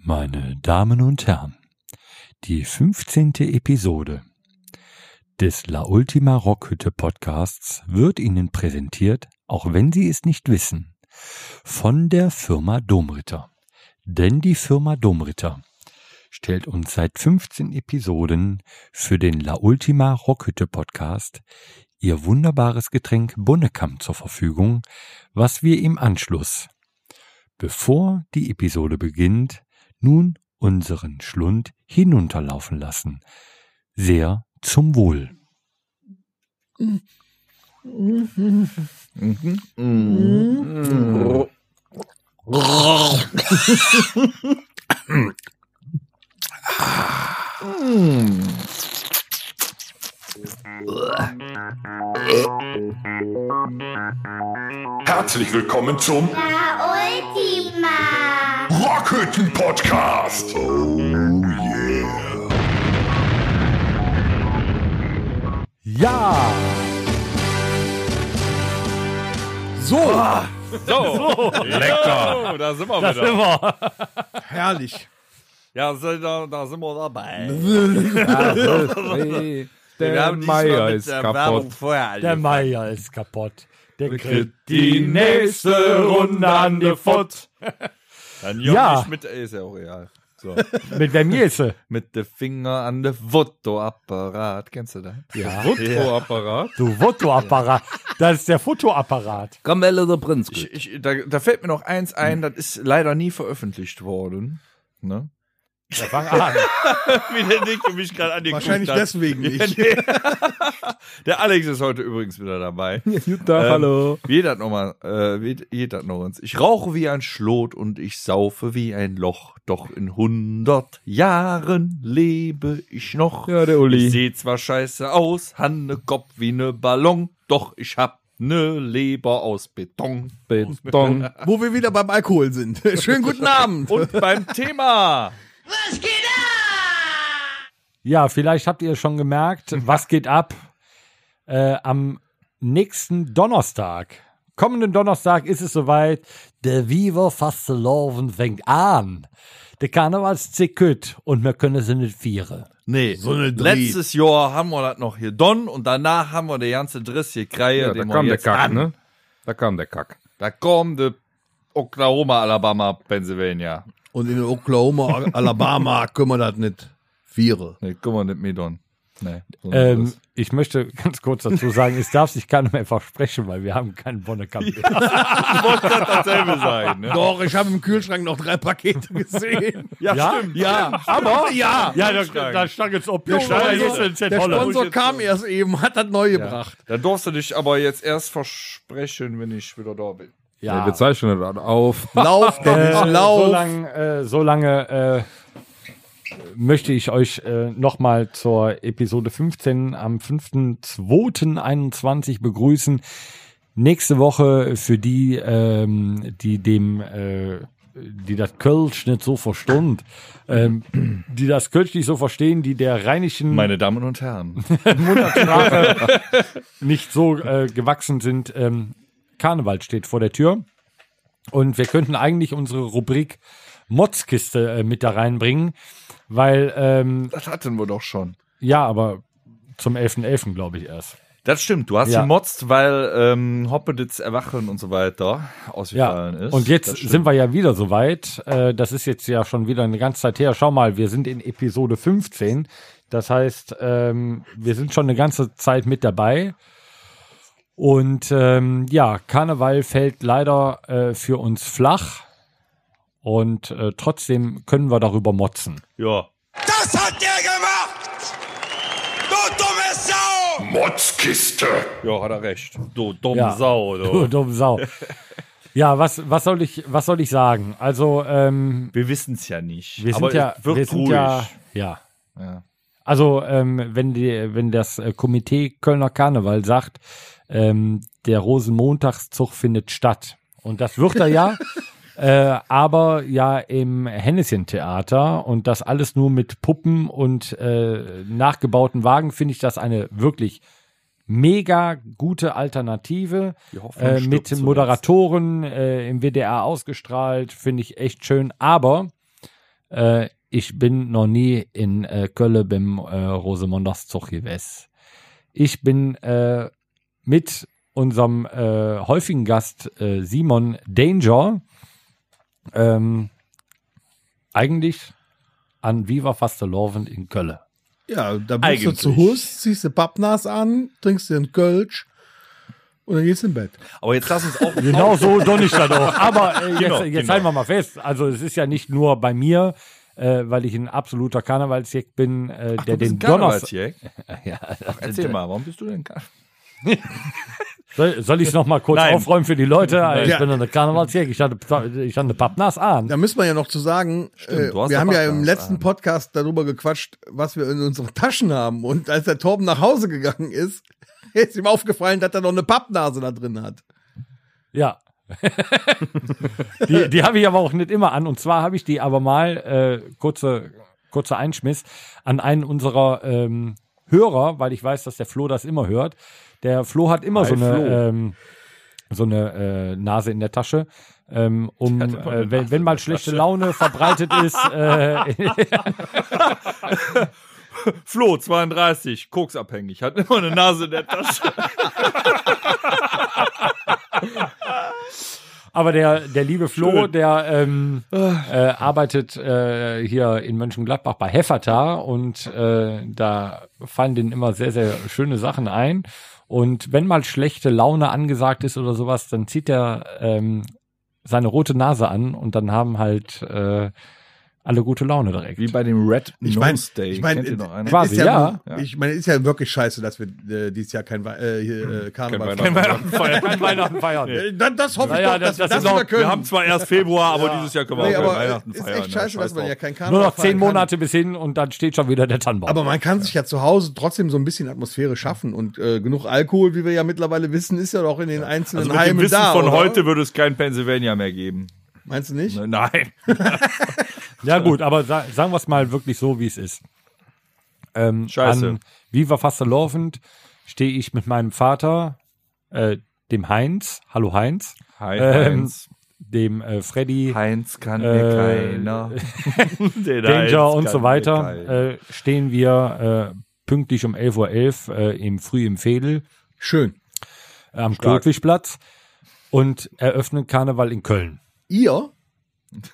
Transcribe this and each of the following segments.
meine Damen und Herren, die 15. Episode des La Ultima Rockhütte Podcasts wird Ihnen präsentiert, auch wenn Sie es nicht wissen, von der Firma Domritter. Denn die Firma Domritter stellt uns seit 15 Episoden für den La Ultima Rockhütte Podcast ihr wunderbares Getränk Bonnekamp zur Verfügung, was wir im Anschluss, bevor die Episode beginnt, nun unseren Schlund hinunterlaufen lassen. Sehr zum Wohl. Hm. Herzlich willkommen zum La Ultima. Rockhütten Podcast. Oh yeah. Ja! So, lecker. da sind wir wieder. Herrlich. Ja, so, da, da sind wir dabei. Der Meier ist der kaputt. Werbung vorher. Der Meier ist kaputt. Der kriegt Die nächste Runde an die Fott. Dann Ja. ja. mit, ist ja auch real. So. mit wem Jese? Mit dem Finger an der Fotoapparat. Kennst du das? Ja. Fotoapparat? Du Fotoapparat. Das ist der Fotoapparat. Kamelle der Prinz. Ich, ich, da, da fällt mir noch eins ein, das ist leider nie veröffentlicht worden. Ne? Ja, fang an. Wie der Nico mich gerade an den Wahrscheinlich Kuchen hat. deswegen nicht. Der Alex ist heute übrigens wieder dabei. Jutta, Ähm, hallo. Wie geht das nochmal? Äh, wie geht das noch uns? Ich rauche wie ein Schlot und ich saufe wie ein Loch. Doch in hundert Jahren lebe ich noch. Ja, der Ich Uli. seh zwar scheiße aus, Hanne Kopf wie ne Ballon, doch ich hab ne Leber aus Beton. Beton. Wo wir wieder beim Alkohol sind. Schönen guten Abend. Und beim Thema. Was geht ab? Ja, vielleicht habt ihr schon gemerkt, was geht ab. Äh, am nächsten Donnerstag, kommenden Donnerstag ist es soweit. Der Viva Fastelovn fängt an. Der Karneval ist zickt und wir können es nicht vieren. Nee, eine Drie. letztes Jahr haben wir das noch hier Don und danach haben wir den ganzen Driss hier Kreie. Ja, da den kam wir der jetzt Kack, an. ne? Da kam der Kack. Da kommt der Oklahoma, Alabama, Pennsylvania. Und in Oklahoma, Alabama können wir das nicht. Viere. Nee, guck mal, nicht mit Don. Nee, so ein Ähm, Driss. ich möchte ganz kurz dazu sagen, es darf sich keiner mehr versprechen, weil wir haben keinen Bonnekamp mehr. dasselbe sein, ne? Doch, ich habe im Kühlschrank noch drei Pakete gesehen. Ja? ja, aber ja. Ja, da- da stand jetzt Der Option. Sponsor, der Sponsor kam erst eben, hat das neu gebracht. Da darfst du dich aber jetzt erst versprechen, wenn ich wieder da bin. Ja. wir zeichnen das auf. Lauf, Dennis, Äh, So lauf. lange, äh, so lange äh, möchte ich euch äh, nochmal zur Episode 15 am 5.2.21 begrüßen. Nächste Woche für die, ähm, die dem, äh, die das Kölsch nicht so verstund, ähm, die das Kölsch nicht so verstehen, die der rheinischen Meine Damen und Herren. Sprache nicht so äh, gewachsen sind. Ähm, Karneval steht vor der Tür. Und wir könnten eigentlich unsere Rubrik Motzkiste äh, mit da reinbringen, weil, ähm, Das hatten wir doch schon. ja, aber zum 11.11. glaube ich erst. Das stimmt, du hast Ja. gemotzt, weil ähm, Hoppeditz Erwachen und so weiter Ja. ausgefallen ist. Und jetzt Das stimmt. sind wir ja wieder so weit. Äh, das ist jetzt ja schon wieder eine ganze Zeit her. Schau mal, wir sind in Episode 15. Das heißt, ähm, wir sind schon eine ganze Zeit mit dabei. Und ähm, ja, Karneval fällt leider äh, für uns flach. Und äh, trotzdem können wir darüber motzen. Ja. Das hat der gemacht! Du dumme Sau! Motzkiste. ja, hat er recht. Du dumme Ja. Sau. Du Du. dumme Sau. ja, was, was, soll ich, was soll ich sagen? Also, ähm, Wir wissen es ja nicht. Wir sind aber ja, es wird wir sind ruhig. ja, ja. Also ähm, wenn die, wenn das äh, Komitee Kölner Karneval sagt, ähm, der Rosenmontagszug findet statt und das wird er ja, äh, aber ja im Henneschen-Theater und das alles nur mit Puppen und äh, nachgebauten Wagen finde ich das eine wirklich mega gute Alternative Die Hoffnung äh, stirbt mit zuletzt. Moderatoren äh, im WDR ausgestrahlt, finde ich echt schön. Aber Äh, ich bin noch nie in äh, Köln beim äh, Rosemondaszug gewesen. Ich bin äh, mit unserem äh, häufigen Gast äh, Simon Danger ähm, eigentlich an Viva Fastelovend in Köln. Ja, da bist du zu Hus, ziehst du Pappnas an, trinkst dir einen Kölsch und dann gehst du im Bett. Aber jetzt lass uns auch. Genau so donn ich das auch. Aber äh, jetzt, Genau, jetzt genau. halten wir mal fest. Also es ist ja nicht nur bei mir, äh, weil ich ein absoluter Karnevalsjack bin, äh, der Du bist den ein Donnerstag. Karnevalsjäger? Ach, Erzähl mal, warum bist du denn Karneval? Soll, soll ich es nochmal kurz Nein. aufräumen für die Leute? Ich Ja. bin eine Karnevalsjack. Ich hatte, ich hatte Pappnas an. Da müssen wir ja noch zu sagen, äh, du hast wir ja haben ja im Pappnasen letzten an. Podcast darüber gequatscht, was wir in unseren Taschen haben. Und als der Torben nach Hause gegangen ist, ist ihm aufgefallen, dass er noch eine Pappnase da drin hat. Ja. die die habe ich aber auch nicht immer an. Und zwar habe ich die aber mal, äh, kurze, kurzer Einschmiss, an einen unserer ähm, Hörer, weil ich weiß, dass der Flo das immer hört. Der Flo hat immer so eine, ähm, so eine äh, Nase in der Tasche. Ähm, um, äh, wenn, wenn mal schlechte Laune verbreitet ist, äh, Flo, 32, koksabhängig, hat immer eine Nase in der Tasche. Aber der, der liebe Flo, der ähm, äh, arbeitet äh, hier in Mönchengladbach bei Hefferta und äh, da fallen denen immer sehr, sehr schöne Sachen ein. Und wenn mal schlechte Laune angesagt ist oder sowas, dann zieht er ähm, seine rote Nase an und dann haben halt äh, alle gute Laune direkt. Wie bei dem Red Ich Nose meine, Day. ich meine, Kennt ihr noch einen? Quasi, ist ja, ja. Ich meine, ist ja wirklich scheiße, dass wir äh, dieses Jahr kein Wei- äh, hier, äh, Karneval Kein Weihnachten. feiern. Kein Weihnachten feiern. Äh, Das, das hoffe ich Naja, doch, dass das- wir das das, ist wieder auch- können. Wir haben zwar erst Februar, aber dieses Jahr können wir nee, auch kein aber äh, Weihnachten ist feiern. echt ja, scheiße, scheiß dass man drauf. ja kein Karneval Nur noch feiern zehn kann. Monate bis hin und dann steht schon wieder der Tannenbaum. Aber man kann sich ja zu Hause trotzdem so ein bisschen Atmosphäre schaffen und äh, genug Alkohol, wie wir ja mittlerweile wissen, ist ja auch in den einzelnen Also mit dem Heimen Wissen da. von oder? heute Ne. würde es kein Pennsylvania mehr geben. Meinst du nicht? Nein. Ja gut, aber sa sagen wir es mal wirklich so, wie es ist. Ähm, Scheiße. An Viva Fastelovend stehe ich mit meinem Vater, äh, dem Heinz, hallo Heinz, Hi, Ähm, Heinz. dem äh, Freddy, Heinz kann äh, mir keiner. Den Danger Heinz und so kann mir keiner. weiter äh, stehen wir äh, pünktlich um 11.11 Uhr äh, im Früh im Fädel Schön. äh, am Klotwigplatz und eröffnen Karneval in Köln. Ihr?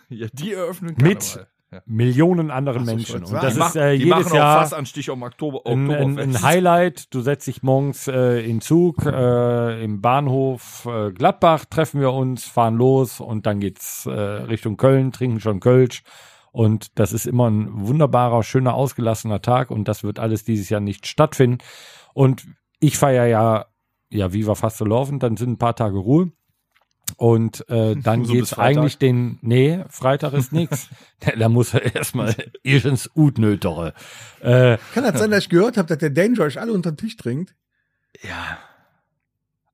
Ja, die eröffnen Mit Karneval. Millionen anderen so, ich Menschen. wollte Und sagen. das ist Die, machen, äh, die machen jedes auch Jahr fast Anstich am Oktober. ein, ein, Oktoberfest. ein Highlight. Du setzt dich morgens äh, in Zug äh, im Bahnhof äh, Gladbach, treffen wir uns, fahren los und dann geht's äh, Richtung Köln, trinken schon Kölsch. Und das ist immer ein wunderbarer, schöner, ausgelassener Tag und das wird alles dieses Jahr nicht stattfinden. Und ich feiere ja, ja, Viva Fastelovend, dann sind ein paar Tage Ruhe. Und äh, dann So bis geht's Freitag? eigentlich den, nee, Freitag ist nix. da, da muss er erstmal irrens Ut nötere. Äh, Kann das sein, dass ich gehört habe, dass der Danger euch alle unter den Tisch trinkt?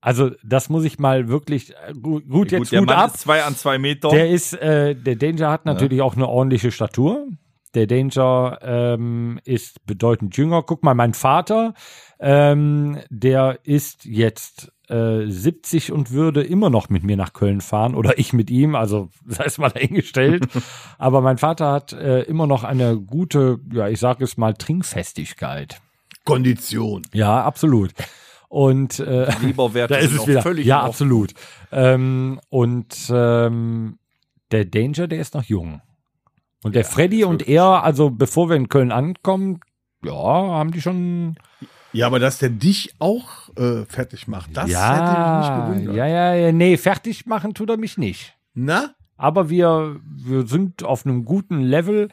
Also das muss ich mal wirklich äh, gut, gut Gut, jetzt der gut Mann ab. ist zwei an zwei Meter. Der ist, äh, der Danger hat natürlich auch eine ordentliche Statur. Der Danger ähm, ist bedeutend jünger. Guck mal, mein Vater, ähm, der ist jetzt äh, 70 und würde immer noch mit mir nach Köln fahren oder ich mit ihm, also sei es mal dahingestellt. Aber mein Vater hat äh, immer noch eine gute, ja, ich sage es mal, Trinkfestigkeit. Kondition. Ja, absolut. Und äh, lieber wert da ist es wieder. völlig ja, in Ordnung. absolut. Ähm, und ähm, der Danger, der ist noch jung. Und der Freddy und er, also bevor wir in Köln ankommen, ja, haben die schon. Ja, aber dass der dich auch äh, fertig macht, das hätte ja, ich nicht gewundert. ja, ja, ja, nee, fertig machen tut er mich nicht. Na? Aber wir, wir sind auf einem guten Level.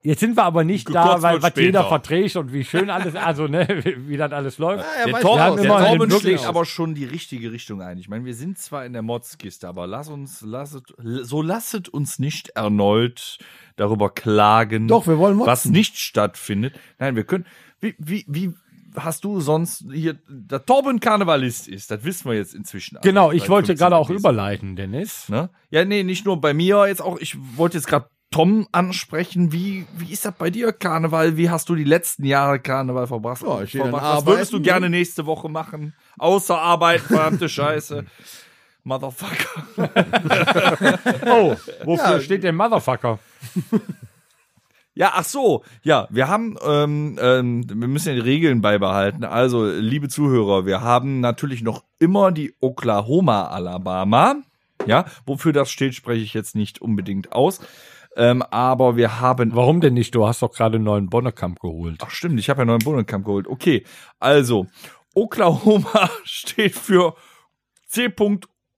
Jetzt sind wir aber nicht da, Kurz weil wird was später. jeder verträgt und wie schön alles, also ne, wie, wie das alles läuft. Ah, er Der weiß wir haben Torben, raus. der immer einen Torben wirklich schlägt aus. aber schon die richtige Richtung ein. Ich meine, wir sind zwar in der Motzkiste, aber lass uns, lasset, so lasset uns nicht erneut darüber klagen, Doch, wir wollen motzen. was nicht stattfindet. Nein, wir können. Wie, wie, wie hast du sonst hier, der Torben Karnevalist ist, das wissen wir jetzt inzwischen. alle. Genau, ich Seit wollte 15 gerade auch Jahren. überleiten, Dennis. Ne? Ja, nee, nicht nur bei mir jetzt auch. Ich wollte jetzt gerade Tom ansprechen. Wie, wie ist das bei dir, Karneval? Wie hast du die letzten Jahre Karneval verbracht? Ja, ich gehe dann verbracht? Was würdest arbeiten, du gerne nächste Woche machen? Außer arbeiten, verdammte Scheiße. Motherfucker. Oh, wofür steht denn Motherfucker? Ja, ach so. Ja, wir haben, ähm, ähm, wir müssen ja die Regeln beibehalten. Also, liebe Zuhörer, wir haben natürlich noch immer die Oklahoma Alabama. Ja, wofür das steht, spreche ich jetzt nicht unbedingt aus. Ähm, aber wir haben Warum denn nicht? Du hast doch gerade einen neuen Bonnekamp geholt. Ach stimmt, ich habe ja neuen Bodenkampf geholt. Okay, also Oklahoma steht für C.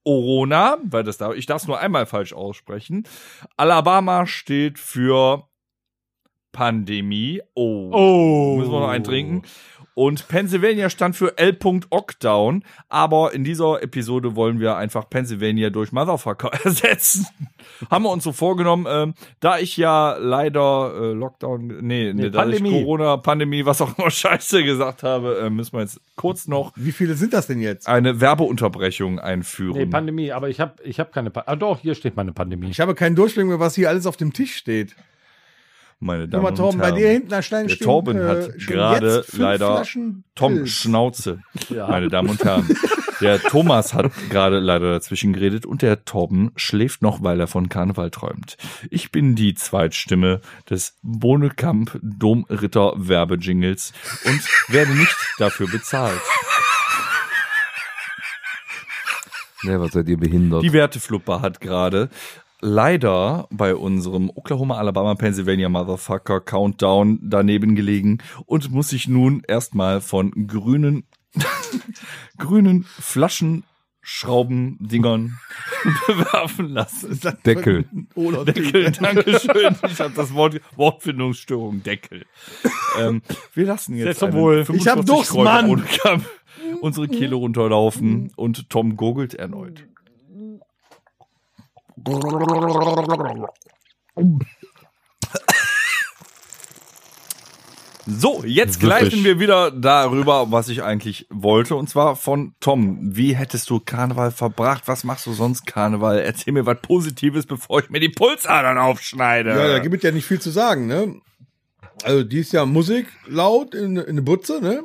Orona, weil das darf, ich darf es nur einmal falsch aussprechen. Alabama steht für Pandemie. Oh, Oh. müssen wir noch einen trinken. Und Pennsylvania stand für L. Ockdown, aber in dieser Episode wollen wir einfach Pennsylvania durch Motherfucker ersetzen. Haben wir uns so vorgenommen, ähm, da ich ja leider äh, Lockdown, nee, nee, Nee, da ich Pandemie. Corona, Pandemie, was auch immer Scheiße gesagt habe, äh, müssen wir jetzt kurz noch Wie viele sind das denn jetzt? eine Werbeunterbrechung einführen. Nee, Pandemie, aber ich habe ich hab keine Pandemie. Ah doch, hier steht meine Pandemie. Ich habe keinen Durchblick mehr, was hier alles auf dem Tisch steht. Meine Guck Damen mal, Torben, und bei Herren. dir hinten an Stein Der stehen, Torben hat schon gerade jetzt fünf leider Flaschen Tom Pilz. Schnauze, Ja. meine Damen und Herren. Der Thomas hat gerade leider dazwischen geredet und der Torben schläft noch, weil er von Karneval träumt. Ich bin die Zweitstimme des Bonekamp Domritter Werbejingles und werde nicht dafür bezahlt. Ne, was seid ihr behindert? Die Werteflupper hat gerade leider bei unserem Oklahoma, Alabama, Pennsylvania Motherfucker Countdown daneben gelegen und muss sich nun erstmal von grünen, grünen Flaschen, Schrauben, Dingern bewerfen lassen. Deckel. Oder Deckel, Dankeschön. Ich habe das Wort Wortfindungsstörung Deckel. ähm, wir lassen jetzt Sehr zum Wohl. Ich hab Durst, Mann. ohne Kampf unsere Kehle runterlaufen und Tom gurgelt erneut. So, jetzt gleichen wir wieder darüber, was ich eigentlich wollte. Und zwar von Tom. Wie hättest du Karneval verbracht? Was machst du sonst Karneval? Erzähl mir was Positives, bevor ich mir die Pulsadern aufschneide. Ja, da gibt es ja nicht viel zu sagen, ne? Also, dies Jahr Musik laut in, in eine Butze, ne?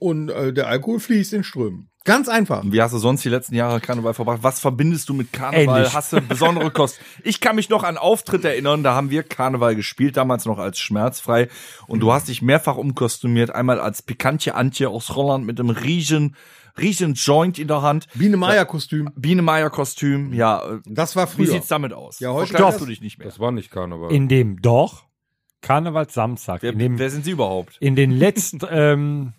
Und äh, der Alkohol fließt in Strömen. Ganz einfach. Wie hast du sonst die letzten Jahre Karneval verbracht? Was verbindest du mit Karneval? Ähnlich. Hast du besondere Kost? Ich kann mich noch an Auftritt erinnern, da haben wir Karneval gespielt, damals noch als schmerzfrei. Und Mhm. du hast dich mehrfach umkostümiert, einmal als pikantje Antje aus Holland mit einem riesen, riesen Joint in der Hand. Biene Meier-Kostüm. Biene-Meier-Kostüm, ja. äh, Das war Wie früher. sieht's damit aus? Ja, heute- Verkleidest Doch. du dich nicht mehr. Das war nicht Karneval. In dem doch Karnevalssamstag, Wer, in dem wer sind sie überhaupt? in den letzten ähm,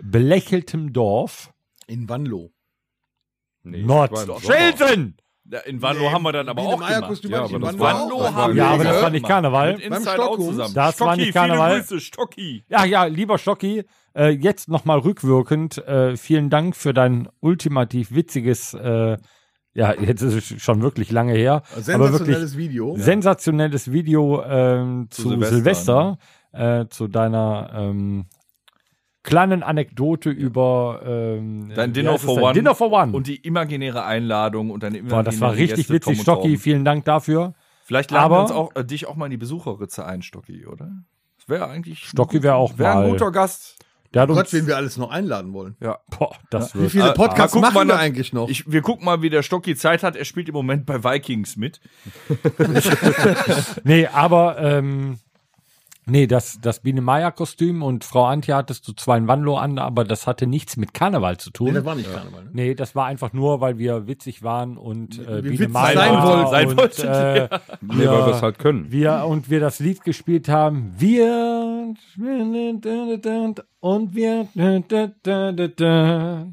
belächeltem Dorf in Wanlo. nee, Nord das war im Sommer. Schelten. Ja, In Wanlo haben wir dann aber auch gemacht. Ja, hatte ich aber in das war- Wanlo das war- auch. Ja, Haben wir aber das gehört. war nicht Karneval. Mit Inside Out Stockholm. zusammen. Das war nicht Karneval. Viele Grüße, Stocki. Ja, ja, lieber Stocki, äh, jetzt nochmal rückwirkend. Äh, vielen Dank für dein ultimativ witziges, äh, ja, jetzt ist es schon wirklich lange her, aber wirklich Sensationelles Video. sensationelles Video ähm, zu, Oh. Zu Silvester, ne? Silvester, äh, zu deiner ähm, kleinen Anekdote über ähm, Dein wie Dinner heißt es for denn? One. Dinner for One. Und die imaginäre Einladung und dann Boah, das war richtig witzig, Stocki. Vielen Dank dafür. Vielleicht laden Aber- wir uns auch, äh, dich auch mal in die Besucherritze ein, Stocki, oder? Das wäre eigentlich. Stocki wäre auch Wäre mal. ein guter Gast. Der hat Gott, uns, wen wir alles noch einladen wollen. boah, das Wie wird. viele Ah, Podcasts ah, guck machen mal wir nach- eigentlich noch? Ich, wir gucken mal, wie der Stocki Zeit hat. Er spielt im Moment bei Vikings mit. Nee, aber ähm, nee, das, das Biene-Maja-Kostüm und Frau Antje hattest du zwar in Wanlo an, aber das hatte nichts mit Karneval zu tun. Nee, das war, nicht Karneval. Ne? einfach nur, weil wir witzig waren und äh, Wie Biene witzig Maja sein wollt- sein und, wolltet, äh, Nee, weil wir es halt können. wir, und wir das Lied gespielt haben. Wir und wir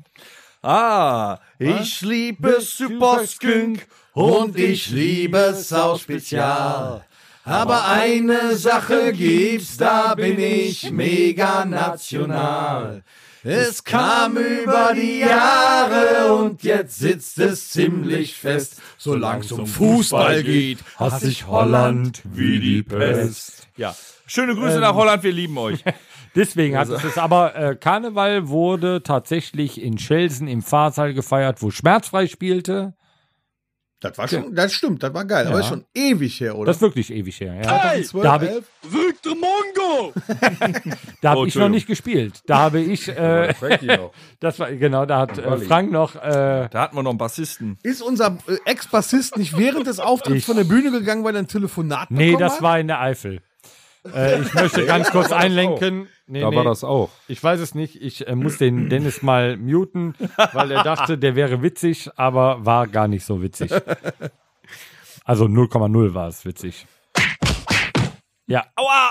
Ah, ich liebe Superskunk Und ich liebe South Spezial. Aber eine Sache gibt's, da bin ich mega national. Es kam über die Jahre und jetzt sitzt es ziemlich fest. Solange es um Fußball geht, hasse ich Holland wie die Pest. Ja. Schöne Grüße nach Holland, wir lieben euch. Deswegen hat Also. es das. Aber äh, Karneval wurde tatsächlich in Schelsen im Pfarrsaal gefeiert, wo Schmerzfrei spielte. Das war schon, das stimmt, das war geil, aber ist schon ewig her, oder? Ah. Das ist wirklich ewig her. Ja. Da habe ich, verdammter Mongo! Da habe ich noch Oh, Entschuldigung. nicht gespielt. Da habe ich, äh, Frankie noch. das war, genau, da hat äh, Frank noch, äh, Da hatten wir noch einen Bassisten. Ist unser äh, Ex-Bassist nicht während des Auftritts von der Bühne gegangen, weil er ein Telefonat nee, bekommen das hat? war in der Eifel. Äh, ich möchte ganz kurz einlenken. Nee, Da nee. war das auch. Ich weiß es nicht. Ich äh, muss den Dennis mal muten, weil er dachte, der wäre witzig, aber war gar nicht so witzig. Also 0,0 war es witzig. Ja,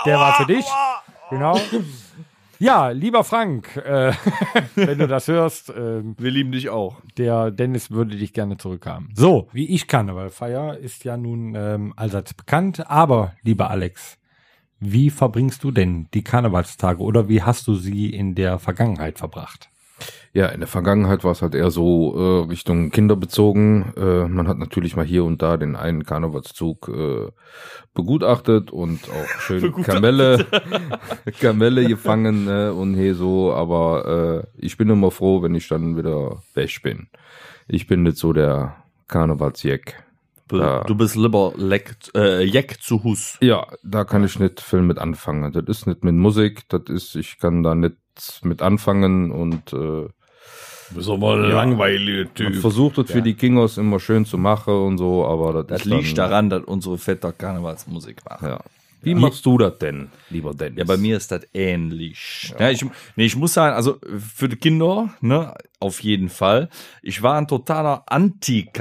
der war für dich. Genau. Ja, lieber Frank, äh, wenn du das hörst, ähm, Wir lieben dich auch. der Dennis würde dich gerne zurückhaben. So, wie ich Karnevalfeier ist ja nun ähm, allseits bekannt. Aber, lieber Alex, wie verbringst du denn die Karnevalstage oder wie hast du sie in der Vergangenheit verbracht? Ja, in der Vergangenheit war es halt eher so äh, Richtung kinderbezogen. Äh, man hat natürlich mal hier und da den einen Karnevalszug äh, begutachtet und auch schön Kamelle, Kamelle gefangen ne, und hey so. Aber äh, ich bin immer froh, wenn ich dann wieder weg bin. Ich bin nicht so der Karnevalsjack. Ja. Du bist lieber Leck, äh, Jack zu Hus. Ja, da kann ich nicht viel mit anfangen. Das ist nicht mit Musik, das ist, ich kann da nicht mit anfangen und äh, Bist aber ein langweiliger man versucht es für die Kingos immer schön zu machen und so, aber das, Das ist dann, liegt daran, dass unsere Vetter Karnevalsmusik machen. Ja. Wie machst du das denn, lieber Dennis? Ja, bei mir ist das ähnlich. Ja. ich, nee, ich muss sagen, also für die Kinder, ne, auf jeden Fall. Ich war ein totaler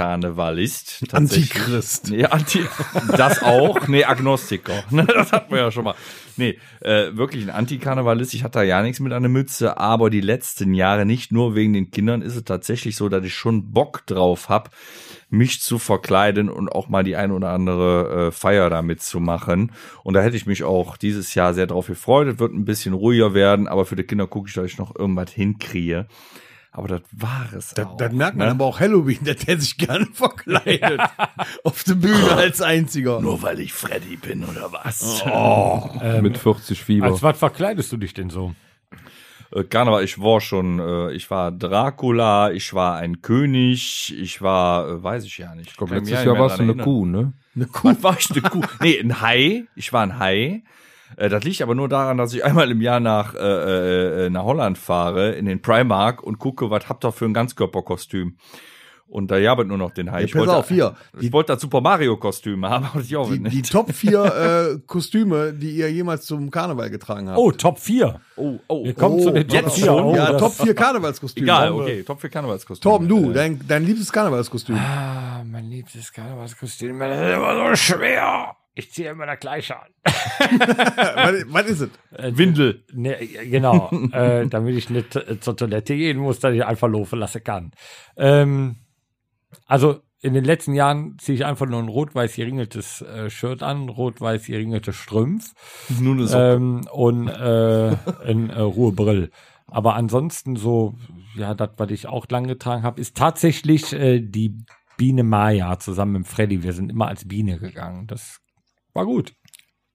Antikarnevalist. tatsächlich. Antichrist. Nee, Anti das auch. Nee, Agnostiker. Ne, Das hatten wir ja schon mal. Nee, äh, wirklich ein Antikarnevalist. Ich hatte da ja nichts mit einer Mütze, aber die letzten Jahre, nicht nur wegen den Kindern, ist es tatsächlich so, dass ich schon Bock drauf hab, mich zu verkleiden und auch mal die ein oder andere äh, Feier damit zu machen. Und da hätte ich mich auch dieses Jahr sehr drauf gefreut. Es wird ein bisschen ruhiger werden, aber für die Kinder gucke ich, dass ich noch irgendwas hinkriege. Aber das war es Das, auch. das merkt man aber auch Halloween, dass der sich gerne verkleidet. Auf der Bühne als einziger. Nur weil ich Freddy bin, oder was? mit 40 Fieber. Ähm, Als was verkleidest du dich denn so? Äh, Karneval, ich war schon, äh, ich war Dracula, ich war ein König, ich war, äh, weiß ich ja nicht. Komm, Kann mich letztes ja nicht Jahr mehr warst du eine dran Kuh, ne? Eine Kuh. erinnern. Was war ich eine Kuh? Nee, ein Hai. Ich war ein Hai. Äh, Das liegt aber nur daran, dass ich einmal im Jahr nach, äh, äh, nach Holland fahre, in den Primark und gucke, was habt ihr für ein Ganzkörperkostüm. Und da jabert nur noch den Hai. Ja, pass auf, hier. Ich wollte das Super Mario-Kostüm haben, aber ich auch Die, nicht. die Top 4 äh, Kostüme, die ihr jemals zum Karneval getragen habt. Oh, Top 4. oh, oh, Wir kommen zu den Top Top 4. vier. Oh, ja, das- Top 4 Karnevalskostüme. Egal, Haben wir. okay, Top für Karnevalskostüm. Äh, Torben, du, dein, dein liebstes Karnevalskostüm. Ah, mein liebstes Karnevalskostüm, das ist immer so schwer. Ich ziehe immer das gleiche an. was, was ist es? Windel. Ne, genau, äh, damit ich nicht äh, zur Toilette gehen muss, dass ich einfach laufen lassen kann. Ähm, also in den letzten Jahren ziehe ich einfach nur ein rot-weiß geringeltes äh, Shirt an, rot-weiß geringelte Strümpf Nun ist ähm, und äh, ein äh, Ruhebrill. Aber ansonsten so, ja, das, was ich auch lang getragen habe, ist tatsächlich äh, die Biene Maya zusammen mit Freddy. Wir sind immer als Biene gegangen. Das war gut.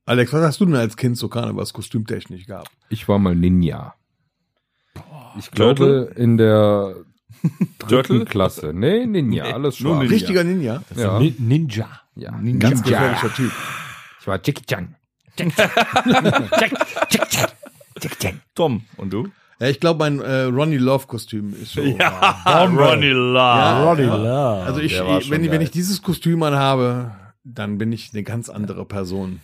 Alex, was hast du denn als Kind so Karnevalskostümtechnisch gehabt? Ich war mal Ninja. Ich glaube, in der dritten Klasse. Nee, Ninja, alles nur schwarz. Ninja. Richtiger Ninja? Ja, Ni- Ninja. ja. Ganz Ninja. gefährlicher Typ. Ich war Jackie Chan. Tom, und du? Ja, ich glaube, mein äh, Ronnie Love-Kostüm ist so. Ja, Ronny La. ja. Love. Also ich, Der war schon wenn, ich- wenn geil. ich dieses Kostüm anhabe, dann bin ich eine ganz andere Person.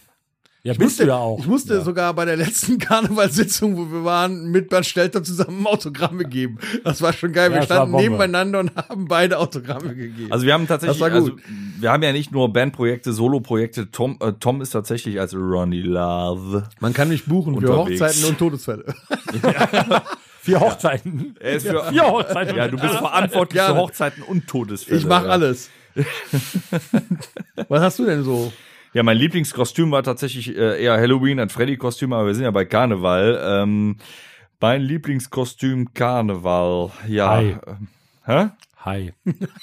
Ja, Also, Ich bist musste, du ja auch. Ich musste sogar bei der letzten Karnevalssitzung, wo wir waren, mit Bernd Stelter zusammen Autogramme geben. Das war schon geil. Ja, wir das war standen Bombe. nebeneinander und haben beide Autogramme gegeben. Also wir haben tatsächlich, Das war also, gut. wir haben ja nicht nur Bandprojekte, Soloprojekte. Tom, äh, Tom ist tatsächlich als Ronny Love. man kann mich buchen Unterwegs. für Hochzeiten und Todesfälle. Vier Hochzeiten. Er ist für, Vier Hochzeiten. ja, du bist verantwortlich Gerne. für Hochzeiten und Todesfälle. Ich mache ja. alles. Was hast du denn so? Ja, mein Lieblingskostüm war tatsächlich äh, eher Halloween als Freddy-Kostüm, aber wir sind ja bei Karneval. Ähm, mein Lieblingskostüm Karneval. Ja. Hi. Ähm, Hä? Hi.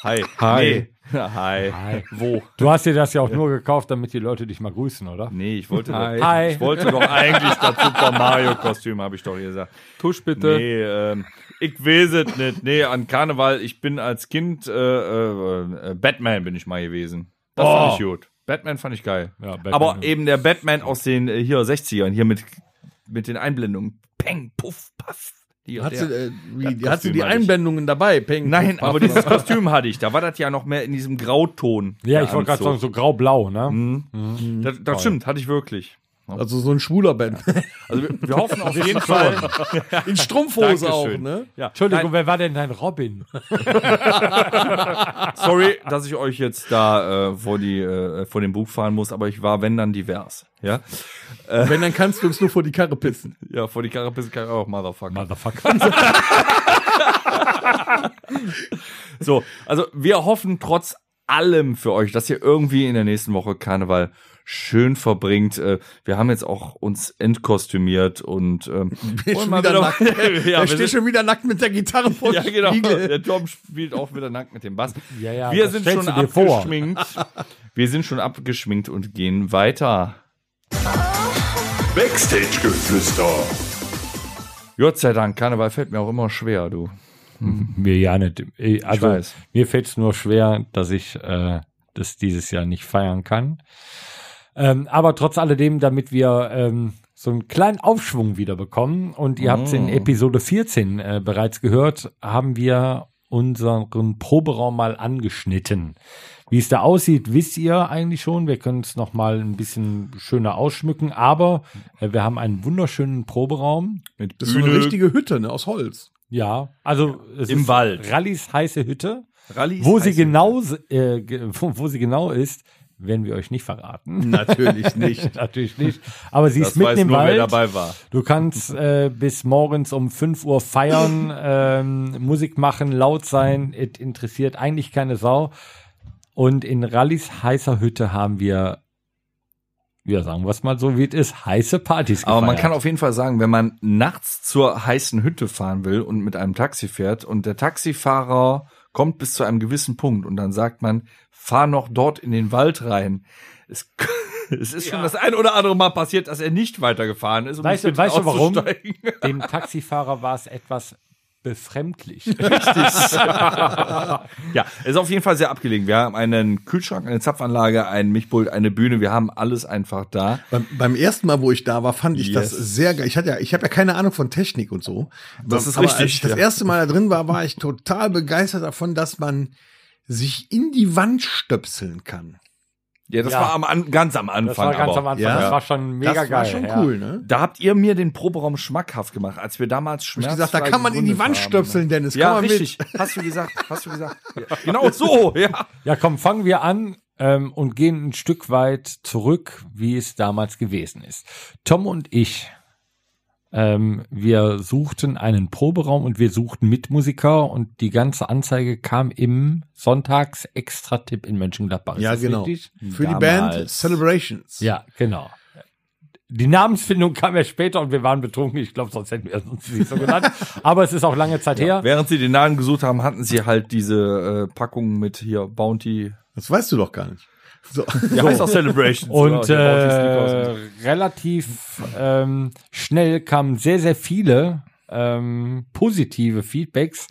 Hi. Hi. Nee. Hi. Hi. Wo? Du hast dir das ja auch nur gekauft, damit die Leute dich mal grüßen, oder? Nee, ich wollte, Hi. Doch, Hi. ich wollte doch eigentlich das Super Mario-Kostüm, habe ich doch gesagt. Tusch bitte. Nee, ähm, ich weiß es nicht. Nee, an Karneval, ich bin als Kind äh, äh, äh, Batman bin ich mal gewesen. Das fand ich gut. Batman fand ich geil. Ja, Batman. Aber eben der Batman aus den äh, hier 60ern, hier mit, mit den Einblendungen. Peng, puff, paff. Hier, Hat der. sie, äh, wie, Das hat sie die Kostüm hatte ich. Einblendungen dabei? Peng, Nein, puff, puff, aber dieses puff. Kostüm hatte ich. Da war das ja noch mehr in diesem Grauton. Ja, der ich wollte gerade sagen, Anzug. so grau-blau, ne? Das, das stimmt, hatte ich wirklich. Also so ein schwuler Band. Also wir, wir hoffen auf jeden Fall. In Strumpfhose auch, Dankeschön. ne? Ja. Entschuldigung, wer war denn dein Robin? Nein, sorry, dass ich euch jetzt da äh, vor, die, äh, vor den Bug fahren muss, aber ich war, wenn dann, divers. Ja, Wenn, dann kannst du uns nur vor die Karre pissen. ja vor die Karre bis kann ich auch, Motherfucker. Motherfucker. So, also wir hoffen trotz allem für euch, dass ihr irgendwie in der nächsten Woche Karneval schön verbringt. Äh, Wir haben jetzt auch uns entkostümiert und ähm, wollen mal wieder- ja, er wir steht sind, schon wieder nackt mit der Gitarre vor ja, dem genau. Spiegel. Der Tom spielt auch wieder nackt mit dem Bass. Ja, ja, wir das sind stellst schon du dir vor. abgeschminkt. Wir sind schon abgeschminkt und gehen weiter. Backstage-Geflüster. Gott sei Dank, Karneval fällt mir auch immer schwer, du. mir ja nicht. Äh, Also weiß. mir fällt es nur schwer, dass ich äh, das dieses Jahr nicht feiern kann. Ähm, aber trotz alledem, damit wir ähm, so einen kleinen Aufschwung wieder bekommen und ihr habt es Oh. in Episode 14 äh, bereits gehört, haben wir unseren Proberaum mal angeschnitten. Wie es da aussieht, wisst ihr eigentlich schon. Wir können es noch mal ein bisschen schöner ausschmücken, aber äh, wir haben einen wunderschönen Proberaum. Das ist so eine richtige Hütte, ne? Aus Holz. Ja, also es Im ist Wald. Rallys heiße Hütte. Rallye Wo sie, genau, äh, ge- wo, wo sie genau ist, werden wir euch nicht verraten. Natürlich nicht. Natürlich nicht. Aber sie das ist mitten weiß im nur, Wald. wer dabei war. Du kannst äh, bis morgens um 5 Uhr feiern, ähm, Musik machen, laut sein. Es interessiert eigentlich keine Sau. Und in Rallys heißer Hütte haben wir, ja, sagen wir es mal so, wie es ist, heiße Partys Aber man gefeiert. kann auf jeden Fall sagen, wenn man nachts zur heißen Hütte fahren will und mit einem Taxi fährt und der Taxifahrer kommt bis zu einem gewissen Punkt und dann sagt man, fahr noch dort in den Wald rein. Es, es ist schon das ein oder andere Mal passiert, dass er nicht weitergefahren ist. Um Weißt du- nicht mit weißt du, warum? auszusteigen. Dem Taxifahrer war es etwas befremdlich. Ja, ist auf jeden Fall sehr abgelegen. Wir haben einen Kühlschrank, eine Zapfanlage, einen Mischpult, eine Bühne. Wir haben alles einfach da. Beim, beim ersten Mal, wo ich da war, fand ich das Yes. sehr geil. Ich hatte ja, ich habe ja keine Ahnung von Technik und so. Das ist Aber richtig, Als ich das ja. erste Mal da drin war, war ich total begeistert davon, dass man sich in die Wand stöpseln kann. Ja, das Ja. war am, an- ganz am Anfang. Das war ganz aber. am Anfang. Ja. Das war schon mega das geil. war schon ja. cool, ne? Da habt ihr mir den Proberaum schmackhaft gemacht, als wir damals Ich schmerzfrei gesagt, da kann man in die gegründet Wand haben. ne? stöpseln, Dennis. Ja, Komm mal richtig. Hast du gesagt, hast du gesagt. Ja, genau so, ja. Ja, komm, fangen wir an ähm, und gehen ein Stück weit zurück, wie es damals gewesen ist. Tom und ich, ähm, wir suchten einen Proberaum und wir suchten Mitmusiker und die ganze Anzeige kam im Sonntags-Extra-Tipp in Mönchengladbach. Mit. Ja, das genau. richtig? Für Damals. die Band Celebrations. Ja, genau. Die Namensfindung kam ja später und wir waren betrunken. Ich glaube, sonst hätten wir uns nicht so genannt. Aber es ist auch lange Zeit her. Während sie den Namen gesucht haben, hatten sie halt diese äh, Packung mit hier Bounty. Das weißt du doch gar nicht. So. Ja, heißt auch Celebrations. Und äh, oder? Bounty Sneakers. relativ ähm, schnell kamen sehr, sehr viele ähm, positive Feedbacks,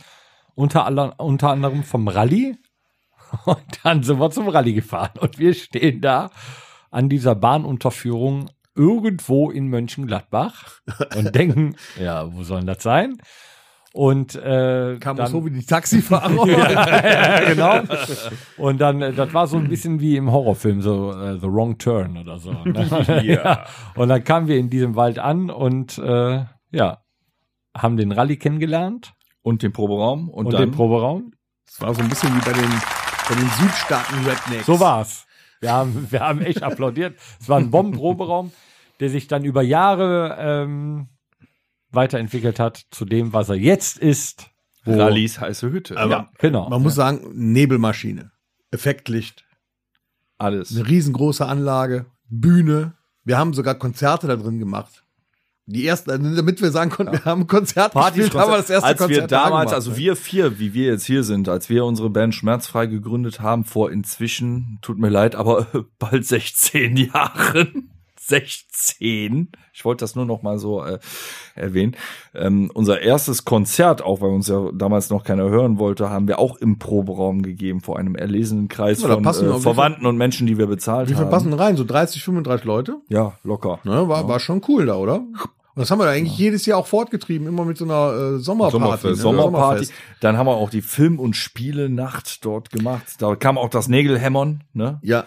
unter, aller, unter anderem vom Rallye. Und dann sind wir zum Rallye gefahren. Und wir stehen da an dieser Bahnunterführung irgendwo in Mönchengladbach und denken, ja, wo soll denn das sein? Und äh, Kam dann, auch so wie die Taxifahrer. ja, genau. Und dann, äh, das war so ein bisschen wie im Horrorfilm, so äh, The Wrong Turn oder so. Ne? ja. Und dann kamen wir in diesem Wald an und äh, ja, haben den Rallye kennengelernt und den Proberaum und, und dann den Proberaum. Das war so ein bisschen wie bei den, bei den Südstaaten-Rednecks. So war's. Wir haben, wir haben echt applaudiert. Es war ein Bombenproberaum, der sich dann über Jahre ähm, weiterentwickelt hat zu dem, was er jetzt ist. Rallys heiße Hütte. Aber ja, Genau. man muss sagen, Nebelmaschine, Effektlicht, alles. eine riesengroße Anlage, Bühne. Wir haben sogar Konzerte da drin gemacht. Die ersten, also damit wir sagen konnten, wir haben ein Konzert gespielt, haben wir das erste als wir Konzert da damals, gemacht, also ne? wir vier, wie wir jetzt hier sind, als wir unsere Band schmerzfrei gegründet haben, vor inzwischen, tut mir leid, aber bald 16 Jahren. 2016, ich wollte das nur noch mal so äh, erwähnen, ähm, unser erstes Konzert, auch weil uns ja damals noch keiner hören wollte, haben wir auch im Proberaum gegeben vor einem erlesenen Kreis Ja, da von passen auch- wie äh, viel- Verwandten und Menschen, die wir bezahlt Wie viel haben. passen rein? So 30, 35 Leute? Ja, locker. Ne, war, war schon cool da, oder? Und das haben wir da eigentlich jedes Jahr auch fortgetrieben, immer mit so einer äh, Sommerparty. Sommerfest, ne? Sommerparty. Dann haben wir auch die Film- und Spiele-Nacht dort gemacht. Da kam auch das Nägelhämmern, ne? Ja.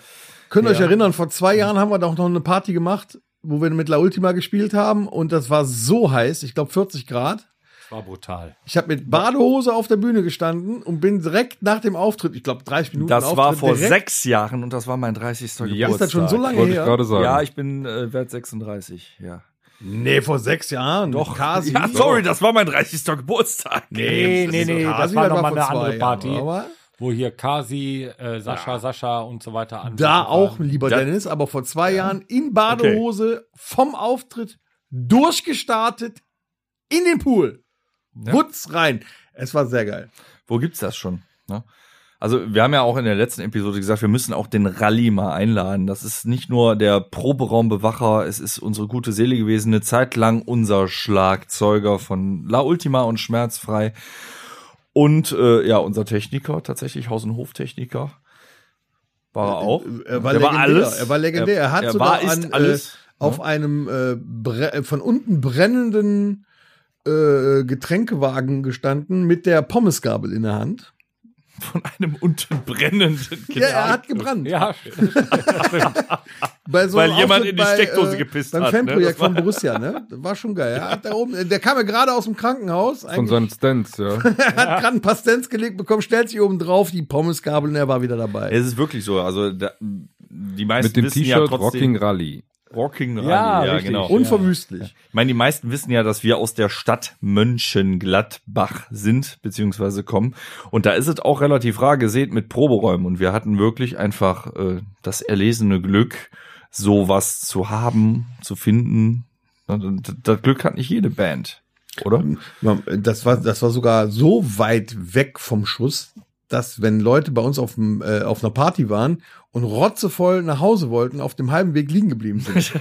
Könnt ihr euch Ja. erinnern, vor zwei Jahren haben wir doch noch eine Party gemacht, wo wir mit La Ultima gespielt haben und das war so heiß, ich glaube 40 Grad. War brutal. Ich habe mit Badehose auf der Bühne gestanden und bin direkt nach dem Auftritt, ich glaube 30 Minuten Das Auftritt, war vor direkt, sechs Jahren und das war mein 30. Ja, Geburtstag. Ist das schon so lange Wollte ich her? gerade sagen. Ja, ich bin äh, wert 36, ja. Nee, vor sechs Jahren. Doch. Kasi. Ja, sorry, das war mein 30. Geburtag. Nee, nee, nee, das Kasi, war halt vor nochmal eine zwei andere Jahren, Party, Aber wo hier Kasi, äh, Sascha, Sascha und so weiter an. da auch, lieber Dennis, aber vor zwei Jahren in Badehose vom Auftritt durchgestartet in den Pool. Wutz rein. Es war sehr geil. Wo gibt's das schon? Ne? Also, wir haben ja auch in der letzten Episode gesagt, wir müssen auch den Rallye mal einladen. Das ist nicht nur der Proberaumbewacher, es ist unsere gute Seele gewesen, eine Zeit lang unser Schlagzeuger von La Ultima und Schmerzfrei. Und äh, ja, unser Techniker, tatsächlich Haus- und Hoftechniker. War er auch. Äh, Er war Der legendär. Er war legendär. Er hat er sogar war, ist an, äh, alles. ne? Auf einem äh, bre- äh, von unten brennenden äh, Getränkewagen gestanden mit der Pommesgabel in der Hand. von einem unten brennenden Ja, er hat gebrannt. Ja, Bei so Weil einem jemand Auftritt in die Steckdose gepisst beim hat, ne? Fanprojekt Das war- von Borussia, ne? Das War schon geil. Er hat da oben, der kam ja gerade aus dem Krankenhaus. Von Eigentlich seinen Stents, ja. hat gerade ein Pastenz gelegt bekommen, stellt sich oben drauf, die Pommesgabel und er war wieder dabei. Es ist wirklich so. Also da, die meisten Mit dem wissen T-Shirt ja Rocking trotzdem Rally. Rocking Rally. genau. Ja, richtig. Unverwüstlich. Ich meine, die meisten wissen ja, dass wir aus der Stadt Mönchengladbach sind, beziehungsweise kommen. Und da ist es auch relativ rar gesät mit Proberäumen. Und wir hatten wirklich einfach äh, das erlesene Glück, sowas zu haben, zu finden. Und d- Das Glück hat nicht jede Band, oder? Man- Das war, das war sogar so weit weg vom Schuss, dass wenn Leute bei uns auf, dem, äh, auf einer Party waren und rotzevoll nach Hause wollten, auf dem halben Weg liegen geblieben sind.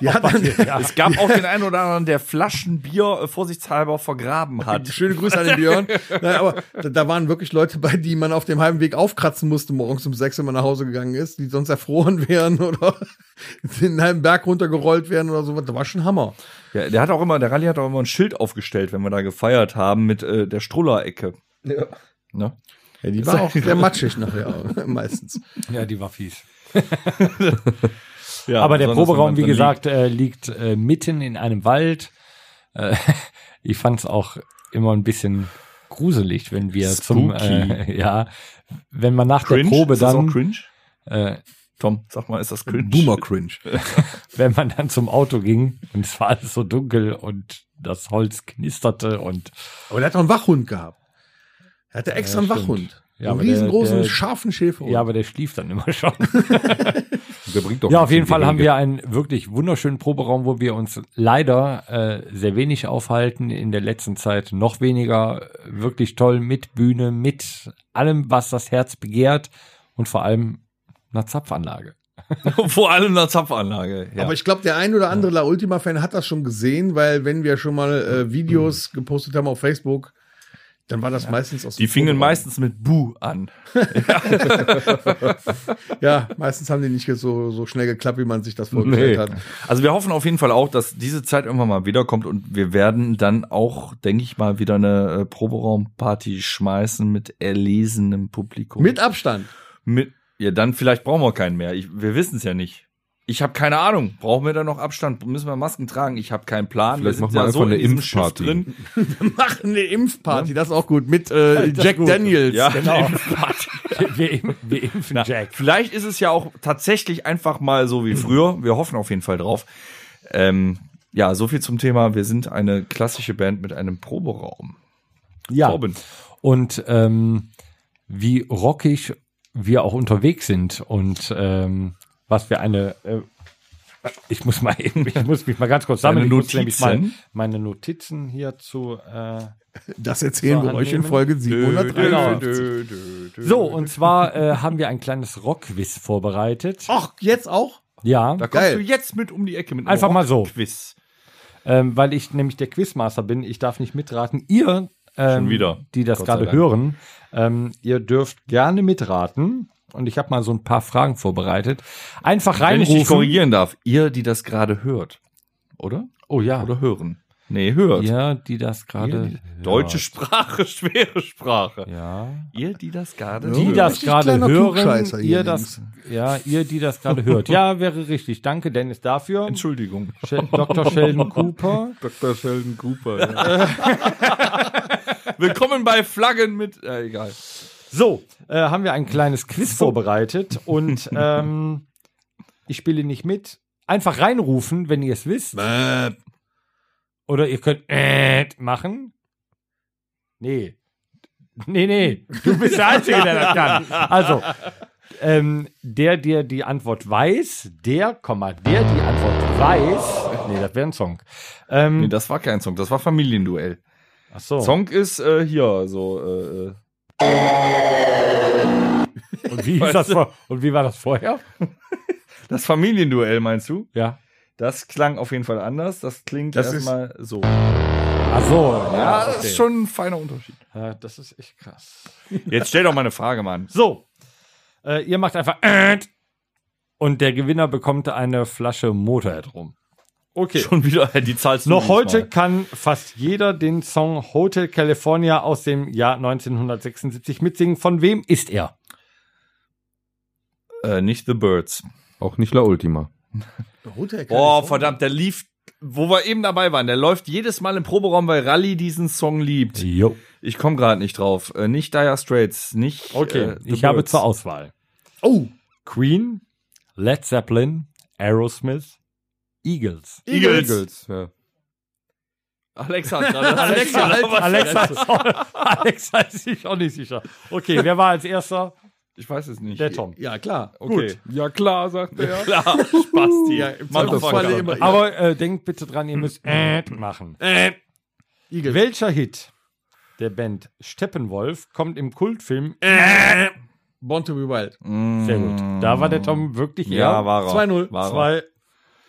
Die hatten Es gab auch den einen oder anderen, der Flaschenbier äh, vorsichtshalber vergraben hat. Schöne Grüße an den Björn. Nein, aber da, da waren wirklich Leute bei, die man auf dem halben Weg aufkratzen musste morgens um sechs, wenn man nach Hause gegangen ist, die sonst erfroren wären oder den halben Berg runtergerollt wären oder so. Das war schon Hammer. Ja, der hat auch immer, der Rallye hat auch immer ein Schild aufgestellt, wenn wir da gefeiert haben mit äh, der Struller-Ecke. Ja. Ne? Ja, die war auch sehr matschig nachher, meistens. ja, die war fies. Ja, Aber der besonders, wenn Proberaum, man wie drin gesagt, äh, liegt äh, mitten in einem Wald. Äh, ich fand es auch immer ein bisschen gruselig, wenn wir zum äh, Spooky. ja, wenn man nach liegt. cringe. der Probe ist das auch dann, cringe? äh, Tom, sag mal, ist das cringe? Cringe. wenn man dann zum Auto ging und es war alles so dunkel und das Holz knisterte und Aber der hat doch einen Wachhund gehabt. Er hatte extra einen stimmt. Wachhund. Ja, einen aber der- riesengroßen, der- scharfen Schäfer. ja, aber der schlief dann immer schon. Der bringt doch Ja, nichts auf jeden im Fall haben Gehege. wir einen wirklich wunderschönen Proberaum, wo wir uns leider äh, sehr wenig aufhalten, in der letzten Zeit noch weniger. Wirklich toll mit Bühne, mit allem, was das Herz begehrt und vor allem einer Zapfanlage. Vor allem eine Zapfanlage. Ja. Aber ich glaube, der ein oder andere La Ultima-Fan hat das schon gesehen, weil wenn wir schon mal äh, Videos Mhm. gepostet haben auf Facebook, dann war das meistens aus die dem fingen Proberaum. meistens mit Bu an. Ja, meistens haben die nicht so, so schnell geklappt, wie man sich das vorgestellt hat. Also wir hoffen auf jeden Fall auch, dass diese Zeit irgendwann mal wiederkommt und wir werden dann auch, denke ich mal, wieder eine äh, Proberaumparty schmeißen mit erlesenem Publikum. Mit Abstand. Mit, ja, dann vielleicht brauchen wir keinen mehr. Ich, wir wissen es ja nicht. Ich habe keine Ahnung. Brauchen wir da noch Abstand? Müssen wir Masken tragen? Ich habe keinen Plan. Vielleicht wir machen wir ja einfach eine in diesem Impfparty. Schiff drin. Machen eine Impfparty, das ist auch gut. Mit äh, Jack Daniels. Ja, Genau. wir, im- wir impfen Na, Jack. Vielleicht ist es ja auch tatsächlich einfach mal so wie früher. Wir hoffen auf jeden Fall drauf. Ähm, ja, so viel zum Thema. Wir sind eine klassische Band mit einem Proberaum. Ja. Torben. Und ähm, wie rockig wir auch unterwegs sind und ähm, was wir eine äh, ich muss mal eben, ich muss mich mal ganz kurz sammeln. Deine Ich muss nämlich mal Notizen? meine Notizen hier zu äh, Das erzählen So wir euch in annehmen. Folge Genau. 753. So, und zwar äh, haben wir ein kleines Rockquiz vorbereitet. Ach, jetzt auch? Ja, Da kommst Geil. du jetzt mit um die Ecke mit einem Einfach mal so. Quiz. ähm, weil ich nämlich der Quizmaster bin. Ich darf nicht mitraten. Ihr, ähm, Schon wieder. die das Gott sei gerade Dank. hören, ähm, ihr dürft gerne mitraten. Und ich habe mal so ein paar Fragen vorbereitet. Einfach Wenn ich reinrufen. dich korrigieren darf, ihr, die das gerade hört, oder? oh ja. Oder hören? Nee, hört. Ihr, die das Ihr, gerade. die- Deutsche hört. Sprache, schwere Sprache. Ja. Ihr, die das gerade die Ja, das richtig gerade kleiner hören, Klugscheißer hier ihr das, ja, ihr, die das gerade hört. Ja, wäre richtig. Danke, Dennis, dafür. Entschuldigung. Shel- Dr. Sheldon Cooper. Dr. Sheldon Cooper. Ja. Willkommen bei Flaggen mit. Äh, egal. So, äh, haben wir ein kleines Quiz vorbereitet und ähm, ich spiele nicht mit. Einfach reinrufen, wenn ihr es wisst. Oder ihr könnt äh machen. Nee. Nee, nee. Du bist der Einzige, der das kann. Also, ähm, der, der die Antwort weiß, der, Komma, der die Antwort weiß. Nee, das wäre ein Song. Ähm, Nee, das war kein Song, das war Familienduell. ach so. Song ist äh, hier so. Äh, Und wie, hieß das vor und wie war das vorher? das Familienduell meinst du? Ja. Das klang auf jeden Fall anders. Das klingt Das erstmal so. Ah, Ach so. Ja, das okay. ist schon ein feiner Unterschied. Ja, Äh, das ist echt krass. Jetzt stell doch mal eine Frage, Mann. So, äh, ihr macht einfach and und der Gewinner bekommt eine Flasche Motorhead rum. Okay. Schon wieder, die zahlst du Noch jedes heute Mal. kann fast jeder den Song Hotel California aus dem Jahr 1976 mitsingen. Von wem ist er? Äh, nicht The Birds. Auch nicht La Ultima. Boah, verdammt, der lief, wo wir eben dabei waren, der läuft jedes Mal im Proberaum, weil Rally diesen Song liebt. Jo. Ich komme gerade nicht drauf. Äh, nicht Dire Straits, nicht. Okay, äh, The ich habe Byrds. zur Auswahl. Oh. Queen, Led Zeppelin, Aerosmith, Eagles. Eagles. Eagles, ja. Alexa hat gerade. Alexa, Alexa ist, auch, Alexa ist sich auch nicht sicher. Okay, wer war als erster? Ich weiß es nicht. Der Tom. Ja, klar. Okay. Ja, klar, sagt er. Klar, Spasti. Ja, Zweifelsfalle äh, immer. Ja. Aber äh, denkt bitte dran, ihr müsst äh machen. Igel. Welcher Hit der Band Steppenwolf kommt im Kultfilm? Äh, Born to be wild. sehr gut. Da war der Tom wirklich Mm. Ja, war er. 2-0. War er. 2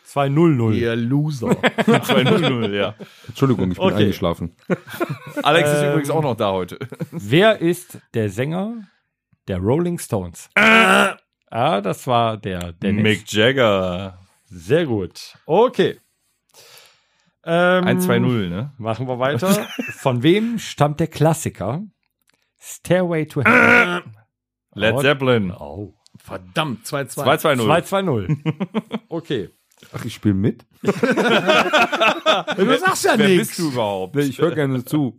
2 0 0. Ihr Loser. 2-0, ja. Entschuldigung, ich bin Okay. eingeschlafen. Alex ist übrigens auch noch da heute. Wer ist der Sänger der Rolling Stones? Äh. Ah, das war der Dennis. Jagger. Sehr gut. Okay. Ähm, 1-2-0, ne? Machen wir weiter. Von wem stammt der Klassiker Stairway to Äh. Heaven? Led Oh. Zeppelin. Oh. Verdammt, 2-2. 2-2-0. 2-2-0. Okay. Ach, ich spiele mit? Du sagst ja Wer nichts. bist du überhaupt? Ich höre gerne zu.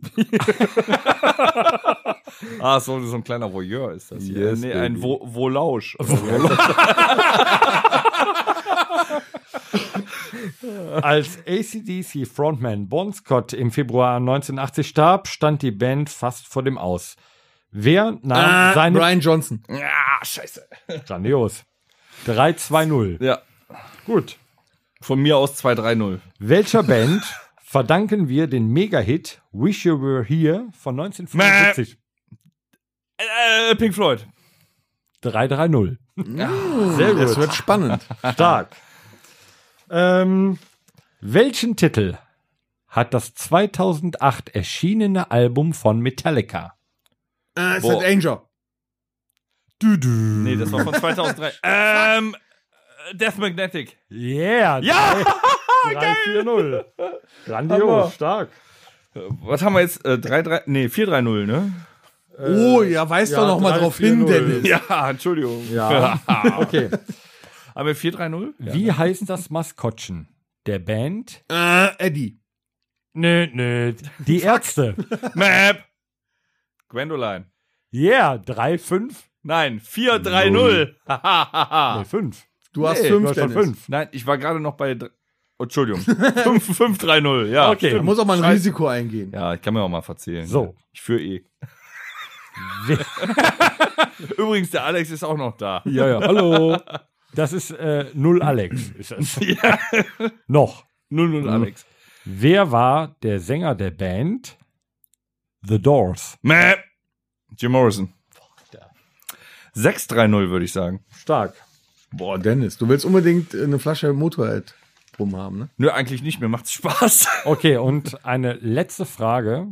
Ah, so, so ein kleiner Voyeur ist das hier. Yes, nee, ein baby. Vo Volausch. Als ACDC Frontman Bon Scott im Februar 1980 starb, stand die Band fast vor dem Aus. Wer nahm Ah, seine Brian Johnson. ah, scheiße. grandios 3-2-0. Ja. Gut. Von mir aus 2-3-0. Welcher Band verdanken wir den Mega-Hit Wish You Were Here von 1975? Äh, Pink Floyd. 3-3-0. Sehr gut. Das wird spannend. Stark. ähm, welchen Titel hat das 2008 erschienene Album von Metallica? Äh, Boah. St. Anger. Nee, das war von 2003. ähm, äh, Death Magnetic. Yeah! Ja! 3-4-0. Grandios, stark. Was haben wir jetzt? Äh, 3-3, nee, 4-3-0, ne? Oh, ja, weiß ja, doch noch mal 3-4-0. drauf hin, Dennis. Ja, Entschuldigung. Ja. okay. Haben wir 4-3-0? Wie heißt das Maskottchen der Band? Äh, Eddie. Nö, nö. Die Ärzte. Map. Gwendoline. Yeah, 3-5. Nein, 4-3-0. Nee, 5. Du hast Nee, fünf, Schon Dennis. 5. Nein, ich war gerade noch bei. dr- Oh, Entschuldigung. 5-3-0, ja. Okay. Da muss auch mal ein Scheiße. Risiko eingehen. Ja, ich kann mir auch mal verzählen. So. Ich führe eh. Übrigens, der Alex ist auch noch da. Ja, ja. Hallo. Das ist äh, null Alex. Ist das. Noch. 0-0 Alex. Wer war der Sänger der Band? The Doors. Map. Jim Morrison. 6-3-0, würde ich sagen. Stark. Boah, Dennis, du willst unbedingt eine Flasche Motorhead rum haben, ne? Nö, eigentlich nicht, mir macht's Spaß. Okay, und eine letzte Frage.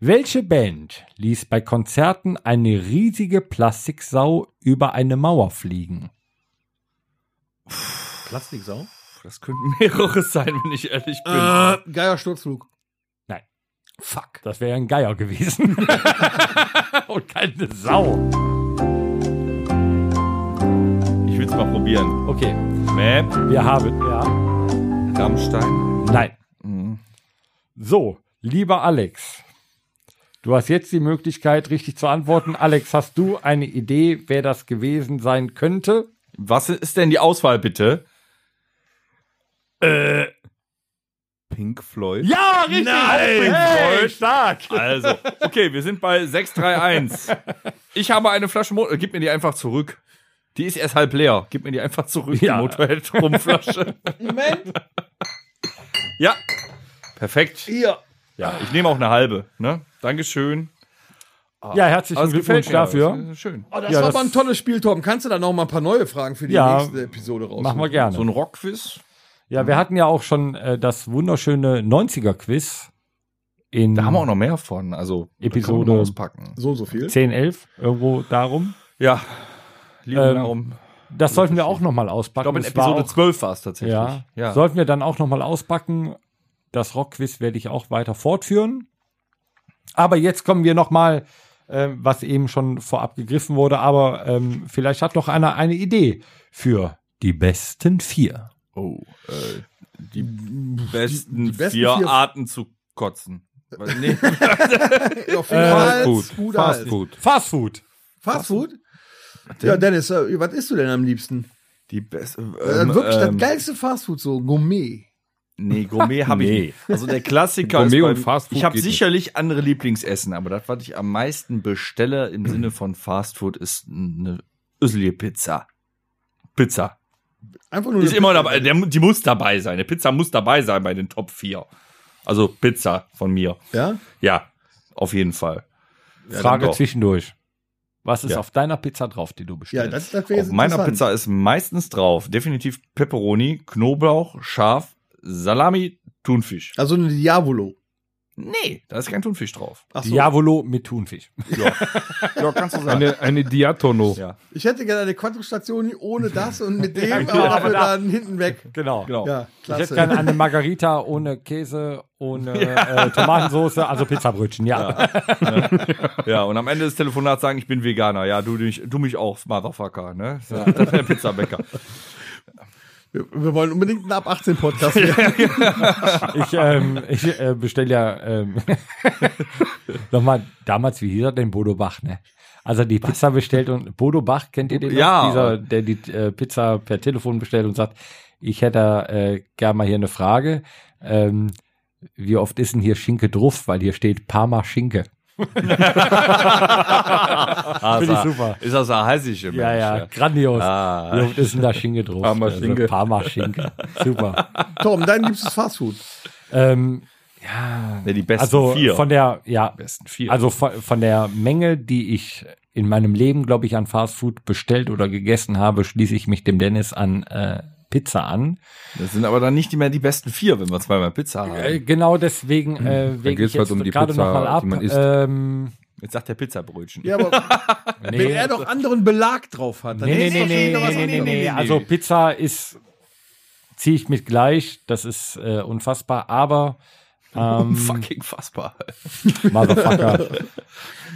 Welche Band ließ bei Konzerten eine riesige Plastiksau über eine Mauer fliegen? Plastiksau? Das könnten mehrere sein, wenn ich ehrlich bin. Geiler Sturzflug. Fuck. Das wäre ein Geier gewesen. und keine Sau. Ich will's mal probieren. Okay, Map, wir haben, ja. Rammstein. Nein. Mhm. So, lieber Alex. Du hast jetzt die Möglichkeit, richtig zu antworten. Alex, hast du eine Idee, wer das gewesen sein könnte? Was ist denn die Auswahl, bitte? Äh. Pink Floyd. Ja, richtig. Nein. Hey, stark. Also, okay, wir sind bei 631. Ich habe eine Flasche Motor. Gib mir die einfach zurück. Die ist erst halb leer. Gib mir die einfach zurück, Ja. die Motorhead-Rumflasche. Moment. ja. Perfekt. Ja. Ja, ich nehme auch eine halbe. Ne? Dankeschön. Ja, herzlichen Also, Glückwunsch dafür. Schön. Oh, das Ja, war das- aber ein tolles Spiel, Torben. Kannst du da noch mal ein paar neue Fragen für die Ja, nächste Episode raus? Machen wir gerne. So ein Rockquiz. Ja, wir hatten ja auch schon äh, das wunderschöne 90er-Quiz in Da haben wir auch noch mehr von. Also da kann man Episode- noch auspacken. So und so viel. 10, 11, irgendwo darum. Ja. Lieber Ähm, darum. Das sollten wir auch nochmal auspacken. Ich glaube, in Es war Episode auch, 12 war es tatsächlich. ja, sollten wir dann auch nochmal auspacken. Das Rockquiz werde ich auch weiter fortführen. Aber jetzt kommen wir nochmal, ähm, was eben schon vorab gegriffen wurde, aber ähm, vielleicht hat noch einer eine Idee für die besten vier. Oh, äh, die besten, die besten vier, vier- Arten zu kotzen. Weil- Nee, Auf jeden Fall. Guter Hals. Food. Fast Food. Fast Food? Ja, Dennis, äh, was isst du denn am liebsten? die besten. Äh, Wirklich ähm, das geilste Fastfood, so Gourmet. Nee, Gourmet habe ich Nee. nicht. Also der Klassiker Gourmet ist und Fast Food Ich habe geht sicherlich andere Lieblingsessen, aber das, was ich am meisten bestelle im Sinne von Fast Food, ist eine Öselie Pizza. Pizza. Einfach nur. Ist eine immer Pizza. dabei, der, die muss dabei sein. Eine Pizza muss dabei sein bei den Top 4. Also Pizza von mir. Ja? Ja, auf jeden Fall. Frage doch. zwischendurch. Was ist Ja. auf deiner Pizza drauf, die du bestellst? Ja, das, das wäre Auf jetzt meiner interessant. Pizza ist meistens drauf definitiv Pepperoni, Knoblauch, Schaf, Salami, Thunfisch. Also eine Diavolo. Nee, da ist kein Thunfisch drauf. Ach so. Diavolo mit Thunfisch. Ja, kannst du Eine, eine Diatono. Ja. Ich hätte gerne eine Quattro-Station ohne das und mit dem, aber dafür dann hinten weg. Genau. Genau. Ja, Ich hätte klasse. gerne eine Margarita ohne Käse, ohne äh, Tomatensauce, also Pizzabrötchen, ja. Ja, und am Ende des Telefonats sagen, ich bin Veganer. Ja, du, dich, du mich auch, Motherfucker, ne? So, Das ist der Pizzabäcker. wir, wir wollen unbedingt einen Ab 18 Podcast. werden. Ich, ähm, ich äh, bestelle ja ähm, nochmal, damals, wie hieß er denn, Bodo Bach, ne? Also die Pizza bestellt und Bodo Bach, kennt ihr den? noch? Ja. Dieser, der die äh, Pizza per Telefon bestellt und sagt, ich hätte äh, gerne mal hier eine Frage. Ähm, wie oft ist denn hier Schinke drauf? Weil hier steht Parma Schinke. Also, ich super. Ist das ein heißische Mensch. Ja, ja, grandios. Ah. Wie oft ist denn da Schinke drauf? Also Parma Schinke. Parma Schinke. Super. Tom, dein liebstes Fastfood. Ähm, Nee, Ne, die besten also vier. von der, ja, besten vier. also von, von der Menge, die ich in meinem Leben, glaube ich, an Fastfood bestellt oder gegessen habe, schließe ich mich dem Dennis an äh, Pizza an. das sind aber dann nicht mehr die besten vier, wenn wir zweimal Pizza haben. Äh, genau deswegen äh, wege geht's ich jetzt halt um die gerade Pizza, nochmal ab. die man isst. Ähm, Jetzt sagt der Pizzabrötchen. Ja, aber wenn er doch anderen Belag drauf hat, dann also- Nee, ist nee, doch schon nee, wieder was nee, nee, nee, anderes. nee. Also Pizza ist, ziehe ich mit gleich, das ist äh, unfassbar, aber Mm. ähm, Fucking fassbar. Motherfucker,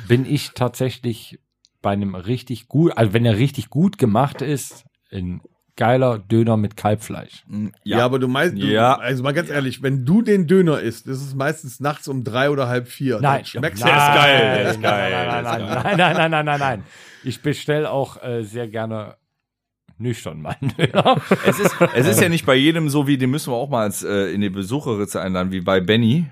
bin ich tatsächlich bei einem richtig gut, also wenn er richtig gut gemacht ist, ein geiler Döner mit Kalbfleisch. Mm. Ja, aber du meinst, du, Ja. also mal ganz ehrlich, wenn du den Döner isst, ist es meistens nachts um drei oder halb vier. Nein, Dann schmeckst nein, du das geil. der ist geil, Nein, der ist nein, nein, nein, nein, nein, nein, nein, nein. Ich bestelle auch äh, sehr gerne nüchtern meinen Döner. Es ist, es ist ja nicht bei jedem so, wie den müssen wir auch mal ins, äh, in die Besucherritze einladen, wie bei Benny.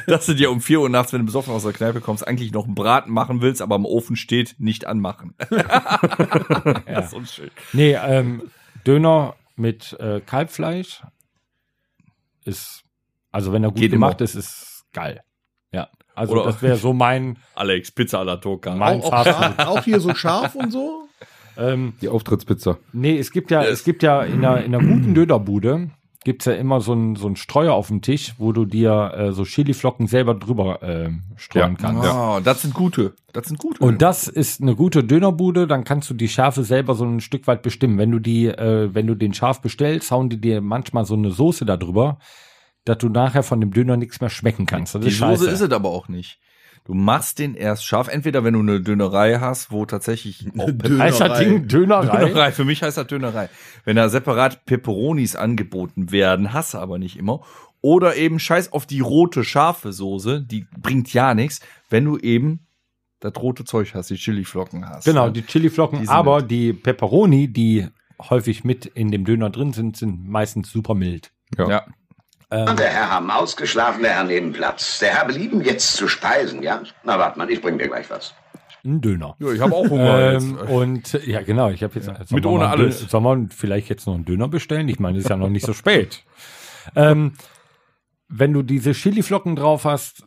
Dass du dir um 4 Uhr nachts, wenn du besoffen aus der Kneipe kommst, eigentlich noch einen Braten machen willst, aber im Ofen steht, nicht anmachen. Das ist unschön. Nee, ähm, Döner mit äh, Kalbfleisch ist, also wenn er gut Geht gemacht immer. ist, ist geil. Ja, also Oder- das wäre so mein, Alex, Pizza alla Toka. mein Auch, auch, Fastfood. scharf, auch hier so scharf und so. Ähm, Die Auftrittspizza. nee, es gibt ja, es gibt ja in einer, in einer guten Dönerbude gibt's ja immer so einen so einen Streuer auf dem Tisch, wo du dir äh, so Chiliflocken selber drüber ähm, streuen kannst. Ah, das sind gute. Das sind gute. Und das ist eine gute Dönerbude, dann kannst du die Schärfe selber so ein Stück weit bestimmen. Wenn du die, äh, wenn du den scharf bestellst, hauen die dir manchmal so eine Soße da drüber, dass du nachher von dem Döner nichts mehr schmecken kannst. Das die ist scheiße. Soße ist es aber auch nicht. Du machst den erst scharf, entweder wenn du eine Dönerei hast, wo tatsächlich auch Heißt das Ding Dönerei? Dönerei, für mich heißt das Dönerei. Wenn da separat Peperonis angeboten werden, hasse aber nicht immer. Oder eben scheiß auf die rote, scharfe Soße, die bringt ja nichts, wenn du eben das rote Zeug hast, die Chiliflocken hast. ne? Genau, die die Chiliflocken, Die sind aber die Pepperoni, die häufig mit in dem Döner drin sind, sind meistens super mild. ja. Und Ähm. der Herr haben ausgeschlafen, der Herr neben Platz. Der Herr belieben jetzt zu speisen, ja? Na, warte mal, ich bring dir gleich was. Ein Döner. ja, ich habe auch Hunger Ähm, jetzt. und äh, ja, genau, ich habe jetzt sollen Mit wir ohne mal einen alles. Döner- Sollen wir vielleicht jetzt noch einen Döner bestellen? Ich meine, es ist ja noch nicht so spät. Ähm, wenn du diese Chiliflocken drauf hast,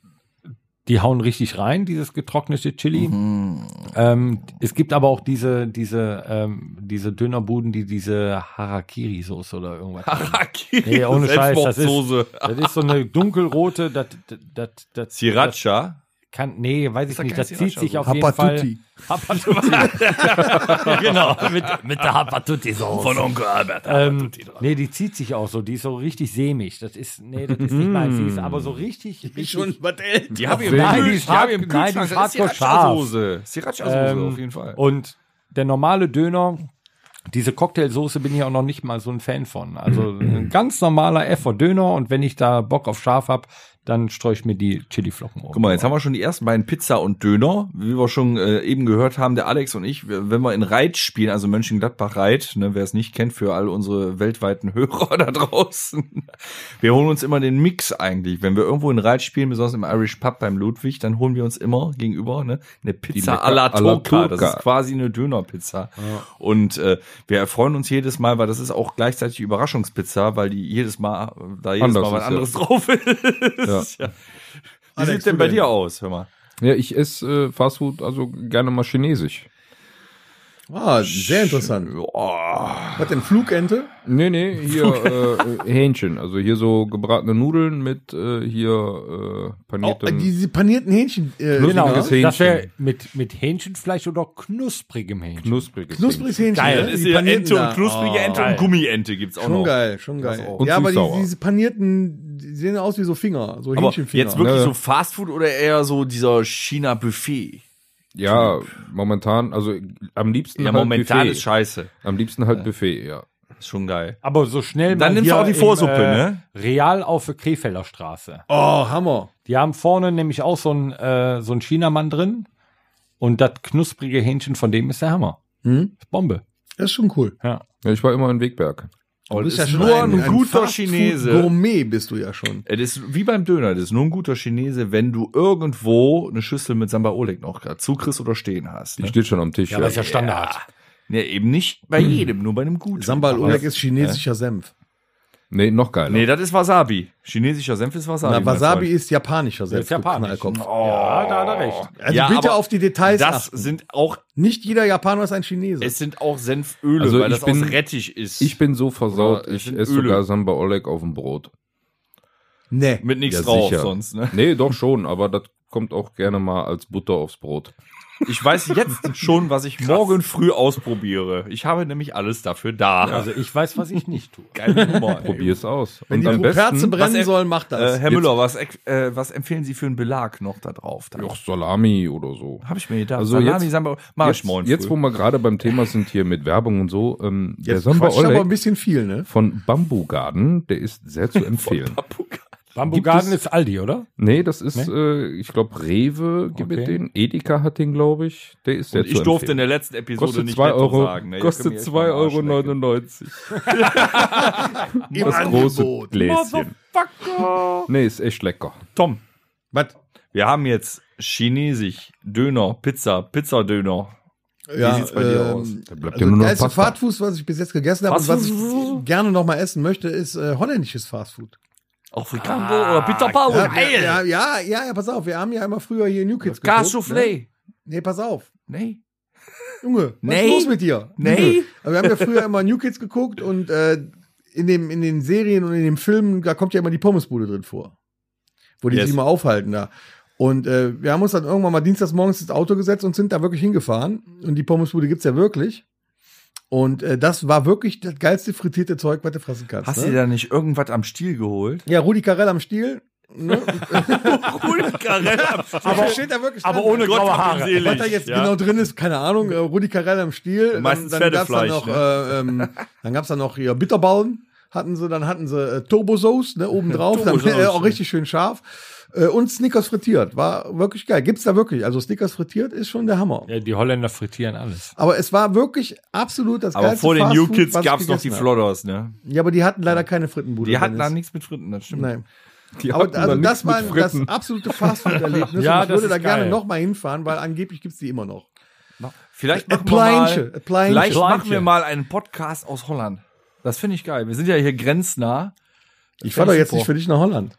die hauen richtig rein, dieses getrocknete Chili. Mhm. Ähm, es gibt aber auch diese, diese, ähm, diese Dönerbuden, die diese Harakiri-Soße oder irgendwas. Harakiri, Nee, ohne Scheiß, das ist, Selbstmordsoße. das ist so eine dunkelrote, das, das, das, das Sriracha. das kann, nee, weiß ich da nicht, keine das zieht sich auf jeden Fall. Hapatuti. Hapatuti. genau, mit, mit der Hapatuti-Soße. Von Onkel Albert. ähm, nee, die zieht sich auch so, die ist so richtig sämig. Das ist, nee, das ist nicht meins. Mm. Die ist aber so richtig, richtig was älter. Die habe ich im Nein, die Kühl- ist die hab ich im hart- nein, die Kühlschrank. ist Das ist hardcore Sriracha-Soße. Sriracha-Soße Ähm, auf jeden Fall. Und der normale Döner, diese Cocktailsoße bin ich auch noch nicht mal so ein Fan von. Also ein ganz normaler Effer Döner und wenn ich da Bock auf scharf hab, dann streue ich mir die Chiliflocken um. Oh Guck mal, jetzt haben wir schon die ersten beiden Pizza und Döner. Wie wir schon äh, eben gehört haben, der Alex und ich, wir- wenn wir in Reit spielen, also Mönchengladbach-Reit, ne, wer es nicht kennt, für all unsere weltweiten Hörer da draußen, wir holen uns immer den Mix eigentlich. Wenn wir irgendwo in Reit spielen, besonders im Irish Pub beim Ludwig, dann holen wir uns immer gegenüber ne, eine Pizza Lecker à la à la Turca. Das Turca. ist quasi eine Dönerpizza. Und äh, wir erfreuen uns jedes Mal, weil das ist auch gleichzeitig die Überraschungspizza, weil die jedes Mal, äh, da jedes Anders Mal was ist, ja. anderes drauf ist. Ja. Wie Alex, sieht's denn du bei denn? dir aus? Hör mal. Ja, ich esse äh, Fastfood also gerne mal chinesisch. Ah, sehr interessant. Was denn, Flugente? Nee, nee, hier äh, äh, Hähnchen. Also hier so gebratene Nudeln mit äh, hier äh, Oh, panierten. diese panierten Hähnchen. Äh, genau, knuspriges das Hähnchen. wäre mit, mit Hähnchenfleisch oder knusprigem Hähnchen. knuspriges knuspriges Hähnchen. Hähnchen. Geil, ne? Das Die ist Oh, ja Ente panierten da. und knusprige Ente und Gummiente gibt's auch Schon noch. geil, schon geil. Und Ja, aber die, süß-sauer. diese panierten, die sehen aus wie so Finger, so Aber Hähnchenfinger. ne? jetzt wirklich Ja, ja. so Fastfood oder eher so dieser China-Buffet? Ja, momentan, also äh, am liebsten Ja, halt momentan Buffet. ist scheiße. Am liebsten halt Buffet, ja. Ist schon geil. Aber so schnell Dann mal nimmst du hier auch die Vorsuppe, im, äh, ne? Real auf der Krefelder Straße. Oh, Hammer. Die haben vorne nämlich auch so einen, äh, so einen Chinamann drin. Und das knusprige Hähnchen von dem ist der Hammer. Hm? Bombe. Das ist schon cool. ja. Ich war immer in Wegberg. Du bist ja ist nur ein guter Fastfood Chinese. Gourmet bist du ja schon. Es ist wie beim Döner, das ist nur ein guter Chinese, wenn du irgendwo eine Schüssel mit Samba Oleg noch dazu kriegst oder stehen hast. Die Ne? steht schon am Tisch. Ja, ist ja Standard. Ja, eben nicht bei jedem, nur bei einem guten. Hm. Sambal Aber- Oleg ist chinesischer Senf. Nee, noch geiler. Nee, das ist Wasabi. Chinesischer Senf ist Wasabi. Na, mein Wasabi Freund. ist japanischer Senf. ist japanisch. du Knallkopf. Ja, da hat er recht. Also Ja, bitte aber auf die Details Das achten. sind auch, Nicht jeder Japaner ist ein Chinese. es sind auch Senföle, Also weil ich das bin- aus Rettich ist. ich bin so versaut, Oder es ich sind esse Öle. sogar Samba Oleg auf dem Brot. nee. mit nichts Ja, drauf sicher. sonst, ne? Nee, doch schon, aber das kommt auch gerne mal als Butter aufs Brot. Ich weiß jetzt schon, was ich morgen früh ausprobiere. Ich habe nämlich alles dafür da. Also ich weiß, was ich nicht tue. Geile Nummer. ey. Probier's aus. Und Wenn die am Kerzen besten brennen was er- sollen, macht das. Äh, Herr Müller, was, äh, was empfehlen Sie für einen Belag noch da drauf? Da? ja, Salami oder so. Hab ich mir gedacht. Also Salami, jetzt- Samba, mach ich jetzt, morgen jetzt, früh. wo wir gerade beim Thema sind hier mit Werbung und so, ähm, der Jetzt Samba quatscht aber ein Oleg bisschen viel, ne? von Bamboo Garden, der ist sehr zu empfehlen. Bamboo Garden ist Aldi, oder? nee, das ist, äh, ich glaube, Rewe gibt Okay. es den, Edeka hat den, glaube ich. Der ist sehr Und zu ich durfte in empfehlen. der letzten Episode Kostet nicht 2 netto Euro, sagen. ne? Ihr kostet könnt mir 2,99 echt mal am Arsch Euro. lecken. 99. das große Gläschen. Nee, ist echt lecker. Tom, Was? wir haben jetzt Chinesisch, Döner, Pizza, Pizzadöner. Ja, sieht's bei dir aus? ähm, Da bleibt ja Also nur noch geilste Pasta. Fastfood, was ich bis jetzt gegessen habe und was ich gerne noch mal essen möchte, ist äh, holländisches Fastfood. Auch Frikando oder Pizza Pau. Ah, Ja, wir- ja, ja, ja, ja, pass auf, wir haben ja immer früher hier New Kids Gas geguckt, ne? Soufflé. Nee, pass auf. Nee. Junge, was Nee. ist los mit dir? Nee. Aber wir haben ja früher immer New Kids geguckt und äh, in, dem, in den Serien und in den Filmen, da kommt ja immer die Pommesbude drin vor. Wo die Yes. sich immer aufhalten da. Und äh, wir haben uns dann irgendwann mal dienstags morgens ins Auto gesetzt und sind da wirklich hingefahren. Und die Pommesbude gibt's ja wirklich. Und äh, das war wirklich das geilste frittierte Zeug, was du fressen kannst. Hast ne? du dir da nicht irgendwas am Stiel geholt? Ja, Rudi Carell am Stiel. Ne? Rudi Carell am Stiel. Aber steht da wirklich aber dran. ohne graue hab ihn Haare. selig. Was da jetzt Ja. genau drin ist, keine Ahnung. Äh, Rudi Carell am Stiel. Meistens gab's da Pferdefleisch, noch, ne? äh, ähm, dann gab's da noch hier Bitterballen. Hatten sie, dann hatten sie äh, Turbosoße ne, oben drauf, damit Turbosoße. er auch richtig schön scharf. Äh, und Snickers frittiert, war wirklich geil. Gibt's da wirklich. Also Snickers frittiert ist schon der Hammer. Ja, die Holländer frittieren alles. Aber es war wirklich absolut das Aber geilste vor den Fast New Food, Kids was ich gab es noch die gegessen hab. Flodders, ne? Ja, aber die hatten leider keine Frittenbude. Die hatten Dennis. da nichts mit Fritten, das stimmt. Nein. Die Aber hatten also da das nichts war mit das Fritten. absolute Fastfood-Erlebnis. Ja, und ich das würde ist da gerne geil. nochmal hinfahren, weil angeblich gibt es die immer noch. Vielleicht Äh, machen, wir Appliance, mal, Appliance. vielleicht machen Appliance. wir mal einen Podcast aus Holland. Das finde ich geil. Wir sind ja hier grenznah. Ich fahre doch jetzt nicht für dich nach Holland.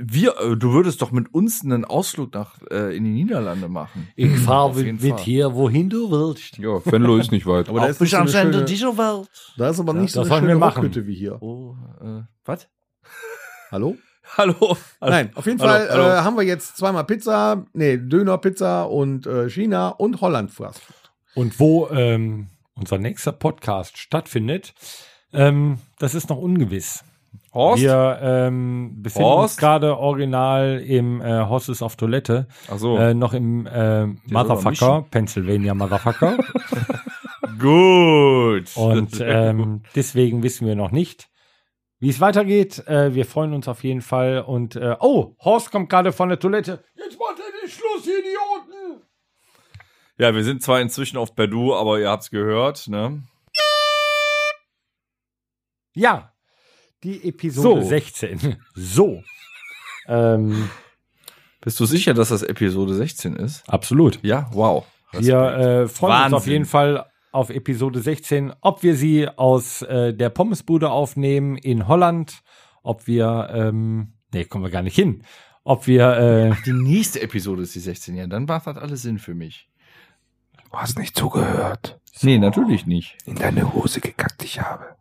Wir, äh, du würdest doch mit uns einen Ausflug nach äh, in die Niederlande machen. Ich Auf fahre jeden mit Fall. hier, wohin du willst. Ja, Venlo ist nicht weit. Aber da ist, nicht so eine schöne, Welt. da ist aber nicht so das eine wollen wir schöne machen. Rockhütte wie hier. Oh, äh, was? Hallo? Hallo. Nein, auf jeden Fall Äh, haben wir jetzt zweimal Pizza, nee, Döner, Pizza und äh, China und Holland Fast Food. Und wo ähm, unser nächster Podcast stattfindet, ähm, das ist noch ungewiss. Horst? Wir ähm, befinden uns Horst? gerade original im äh, Horst ist auf Toilette, Ach so. äh, noch im äh, Motherfucker, mischen. Pennsylvania Motherfucker. Gut. Und äh, ähm, deswegen wissen wir noch nicht, wie es weitergeht. Äh, wir freuen uns auf jeden Fall. Und äh, oh, Horst kommt gerade von der Toilette. Jetzt macht er den Schluss, Idioten! ja, wir sind zwar inzwischen auf Perdu, aber ihr habt's gehört, ne? Ja, die Episode So. 16. So. ähm, Bist du sicher, dass das Episode 16 ist? absolut. Ja, wow. Wir äh, freuen Wahnsinn. uns auf jeden Fall auf Episode 16, ob wir sie aus äh, der Pommesbude aufnehmen in Holland, ob wir, ähm, nee, kommen wir gar nicht hin, ob wir, äh, Die nächste Episode ist die 16. Ja, dann macht das alles Sinn für mich. Du hast nicht zugehört. Nee, natürlich nicht. In deine Hose gekackt, ich habe.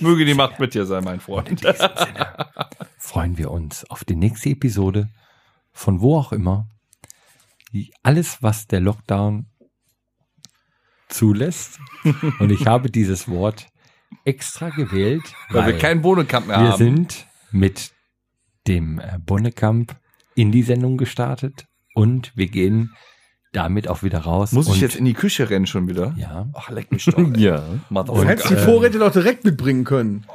Möge die Macht mit dir sein, mein Freund. freuen wir uns auf die nächste Episode, von wo auch immer. Die- Alles, was der Lockdown zulässt. Und ich habe dieses Wort extra gewählt, Weil wir keinen Bohnenkamp mehr wir haben. sind mit dem äh, Bonnekamp in die Sendung gestartet und wir gehen damit auch wieder raus. Muss und, ich jetzt in die Küche rennen schon wieder? Ja. Ach, leck mich doch. ey. Ja. Du hättest die Motherfucker. Vorräte doch direkt mitbringen können.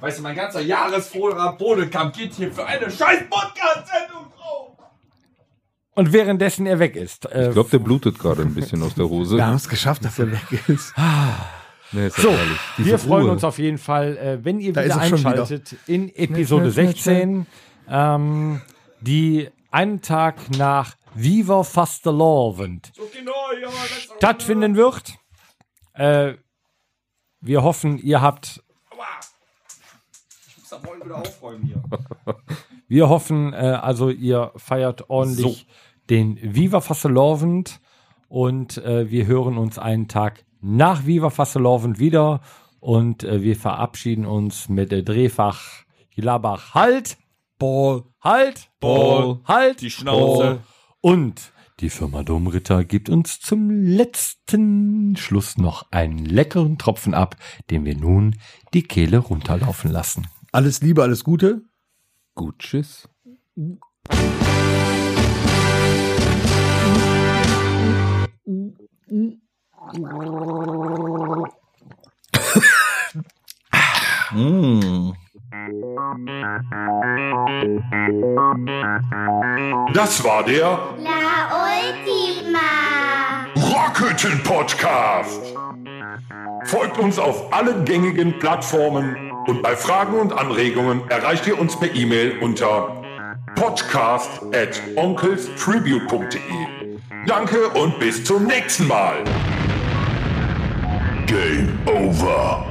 Weißt du, mein ganzer jahresfroher Bohnenkamp geht hier für eine scheiß Podcast-Sendung drauf. Und währenddessen er weg ist. Äh, Ich glaube, der blutet gerade ein bisschen aus der Hose. Wir haben es geschafft, dass er weg ist. Nee, ist So, ja herrlich. Diese wir freuen Ruhe. uns auf jeden Fall, äh, wenn ihr Da wieder ist er schon einschaltet in Episode 16, ähm, die einen Tag nach Viva Fastelovend stattfinden wird. Äh, wir hoffen, ihr habt. Wir hoffen, äh, also ihr feiert ordentlich den Viva Fasselovend und äh, wir hören uns einen Tag nach Viva Fasselovend wieder und äh, wir verabschieden uns mit der Drehfach Hilabach Halt, Ball, Halt, Ball, Halt, Die Schnauze. Ball. und die Firma Domritter gibt uns zum letzten Schluss noch einen leckeren Tropfen ab, den wir nun die Kehle runterlaufen lassen. Alles Liebe, alles Gute. Gut, tschüss. Das war der La última. Rockhütten Podcast. Folgt uns auf allen gängigen Plattformen und bei Fragen und Anregungen erreicht ihr uns per E-Mail unter podcast at onkelstribute.de. Danke und bis zum nächsten Mal. Game over.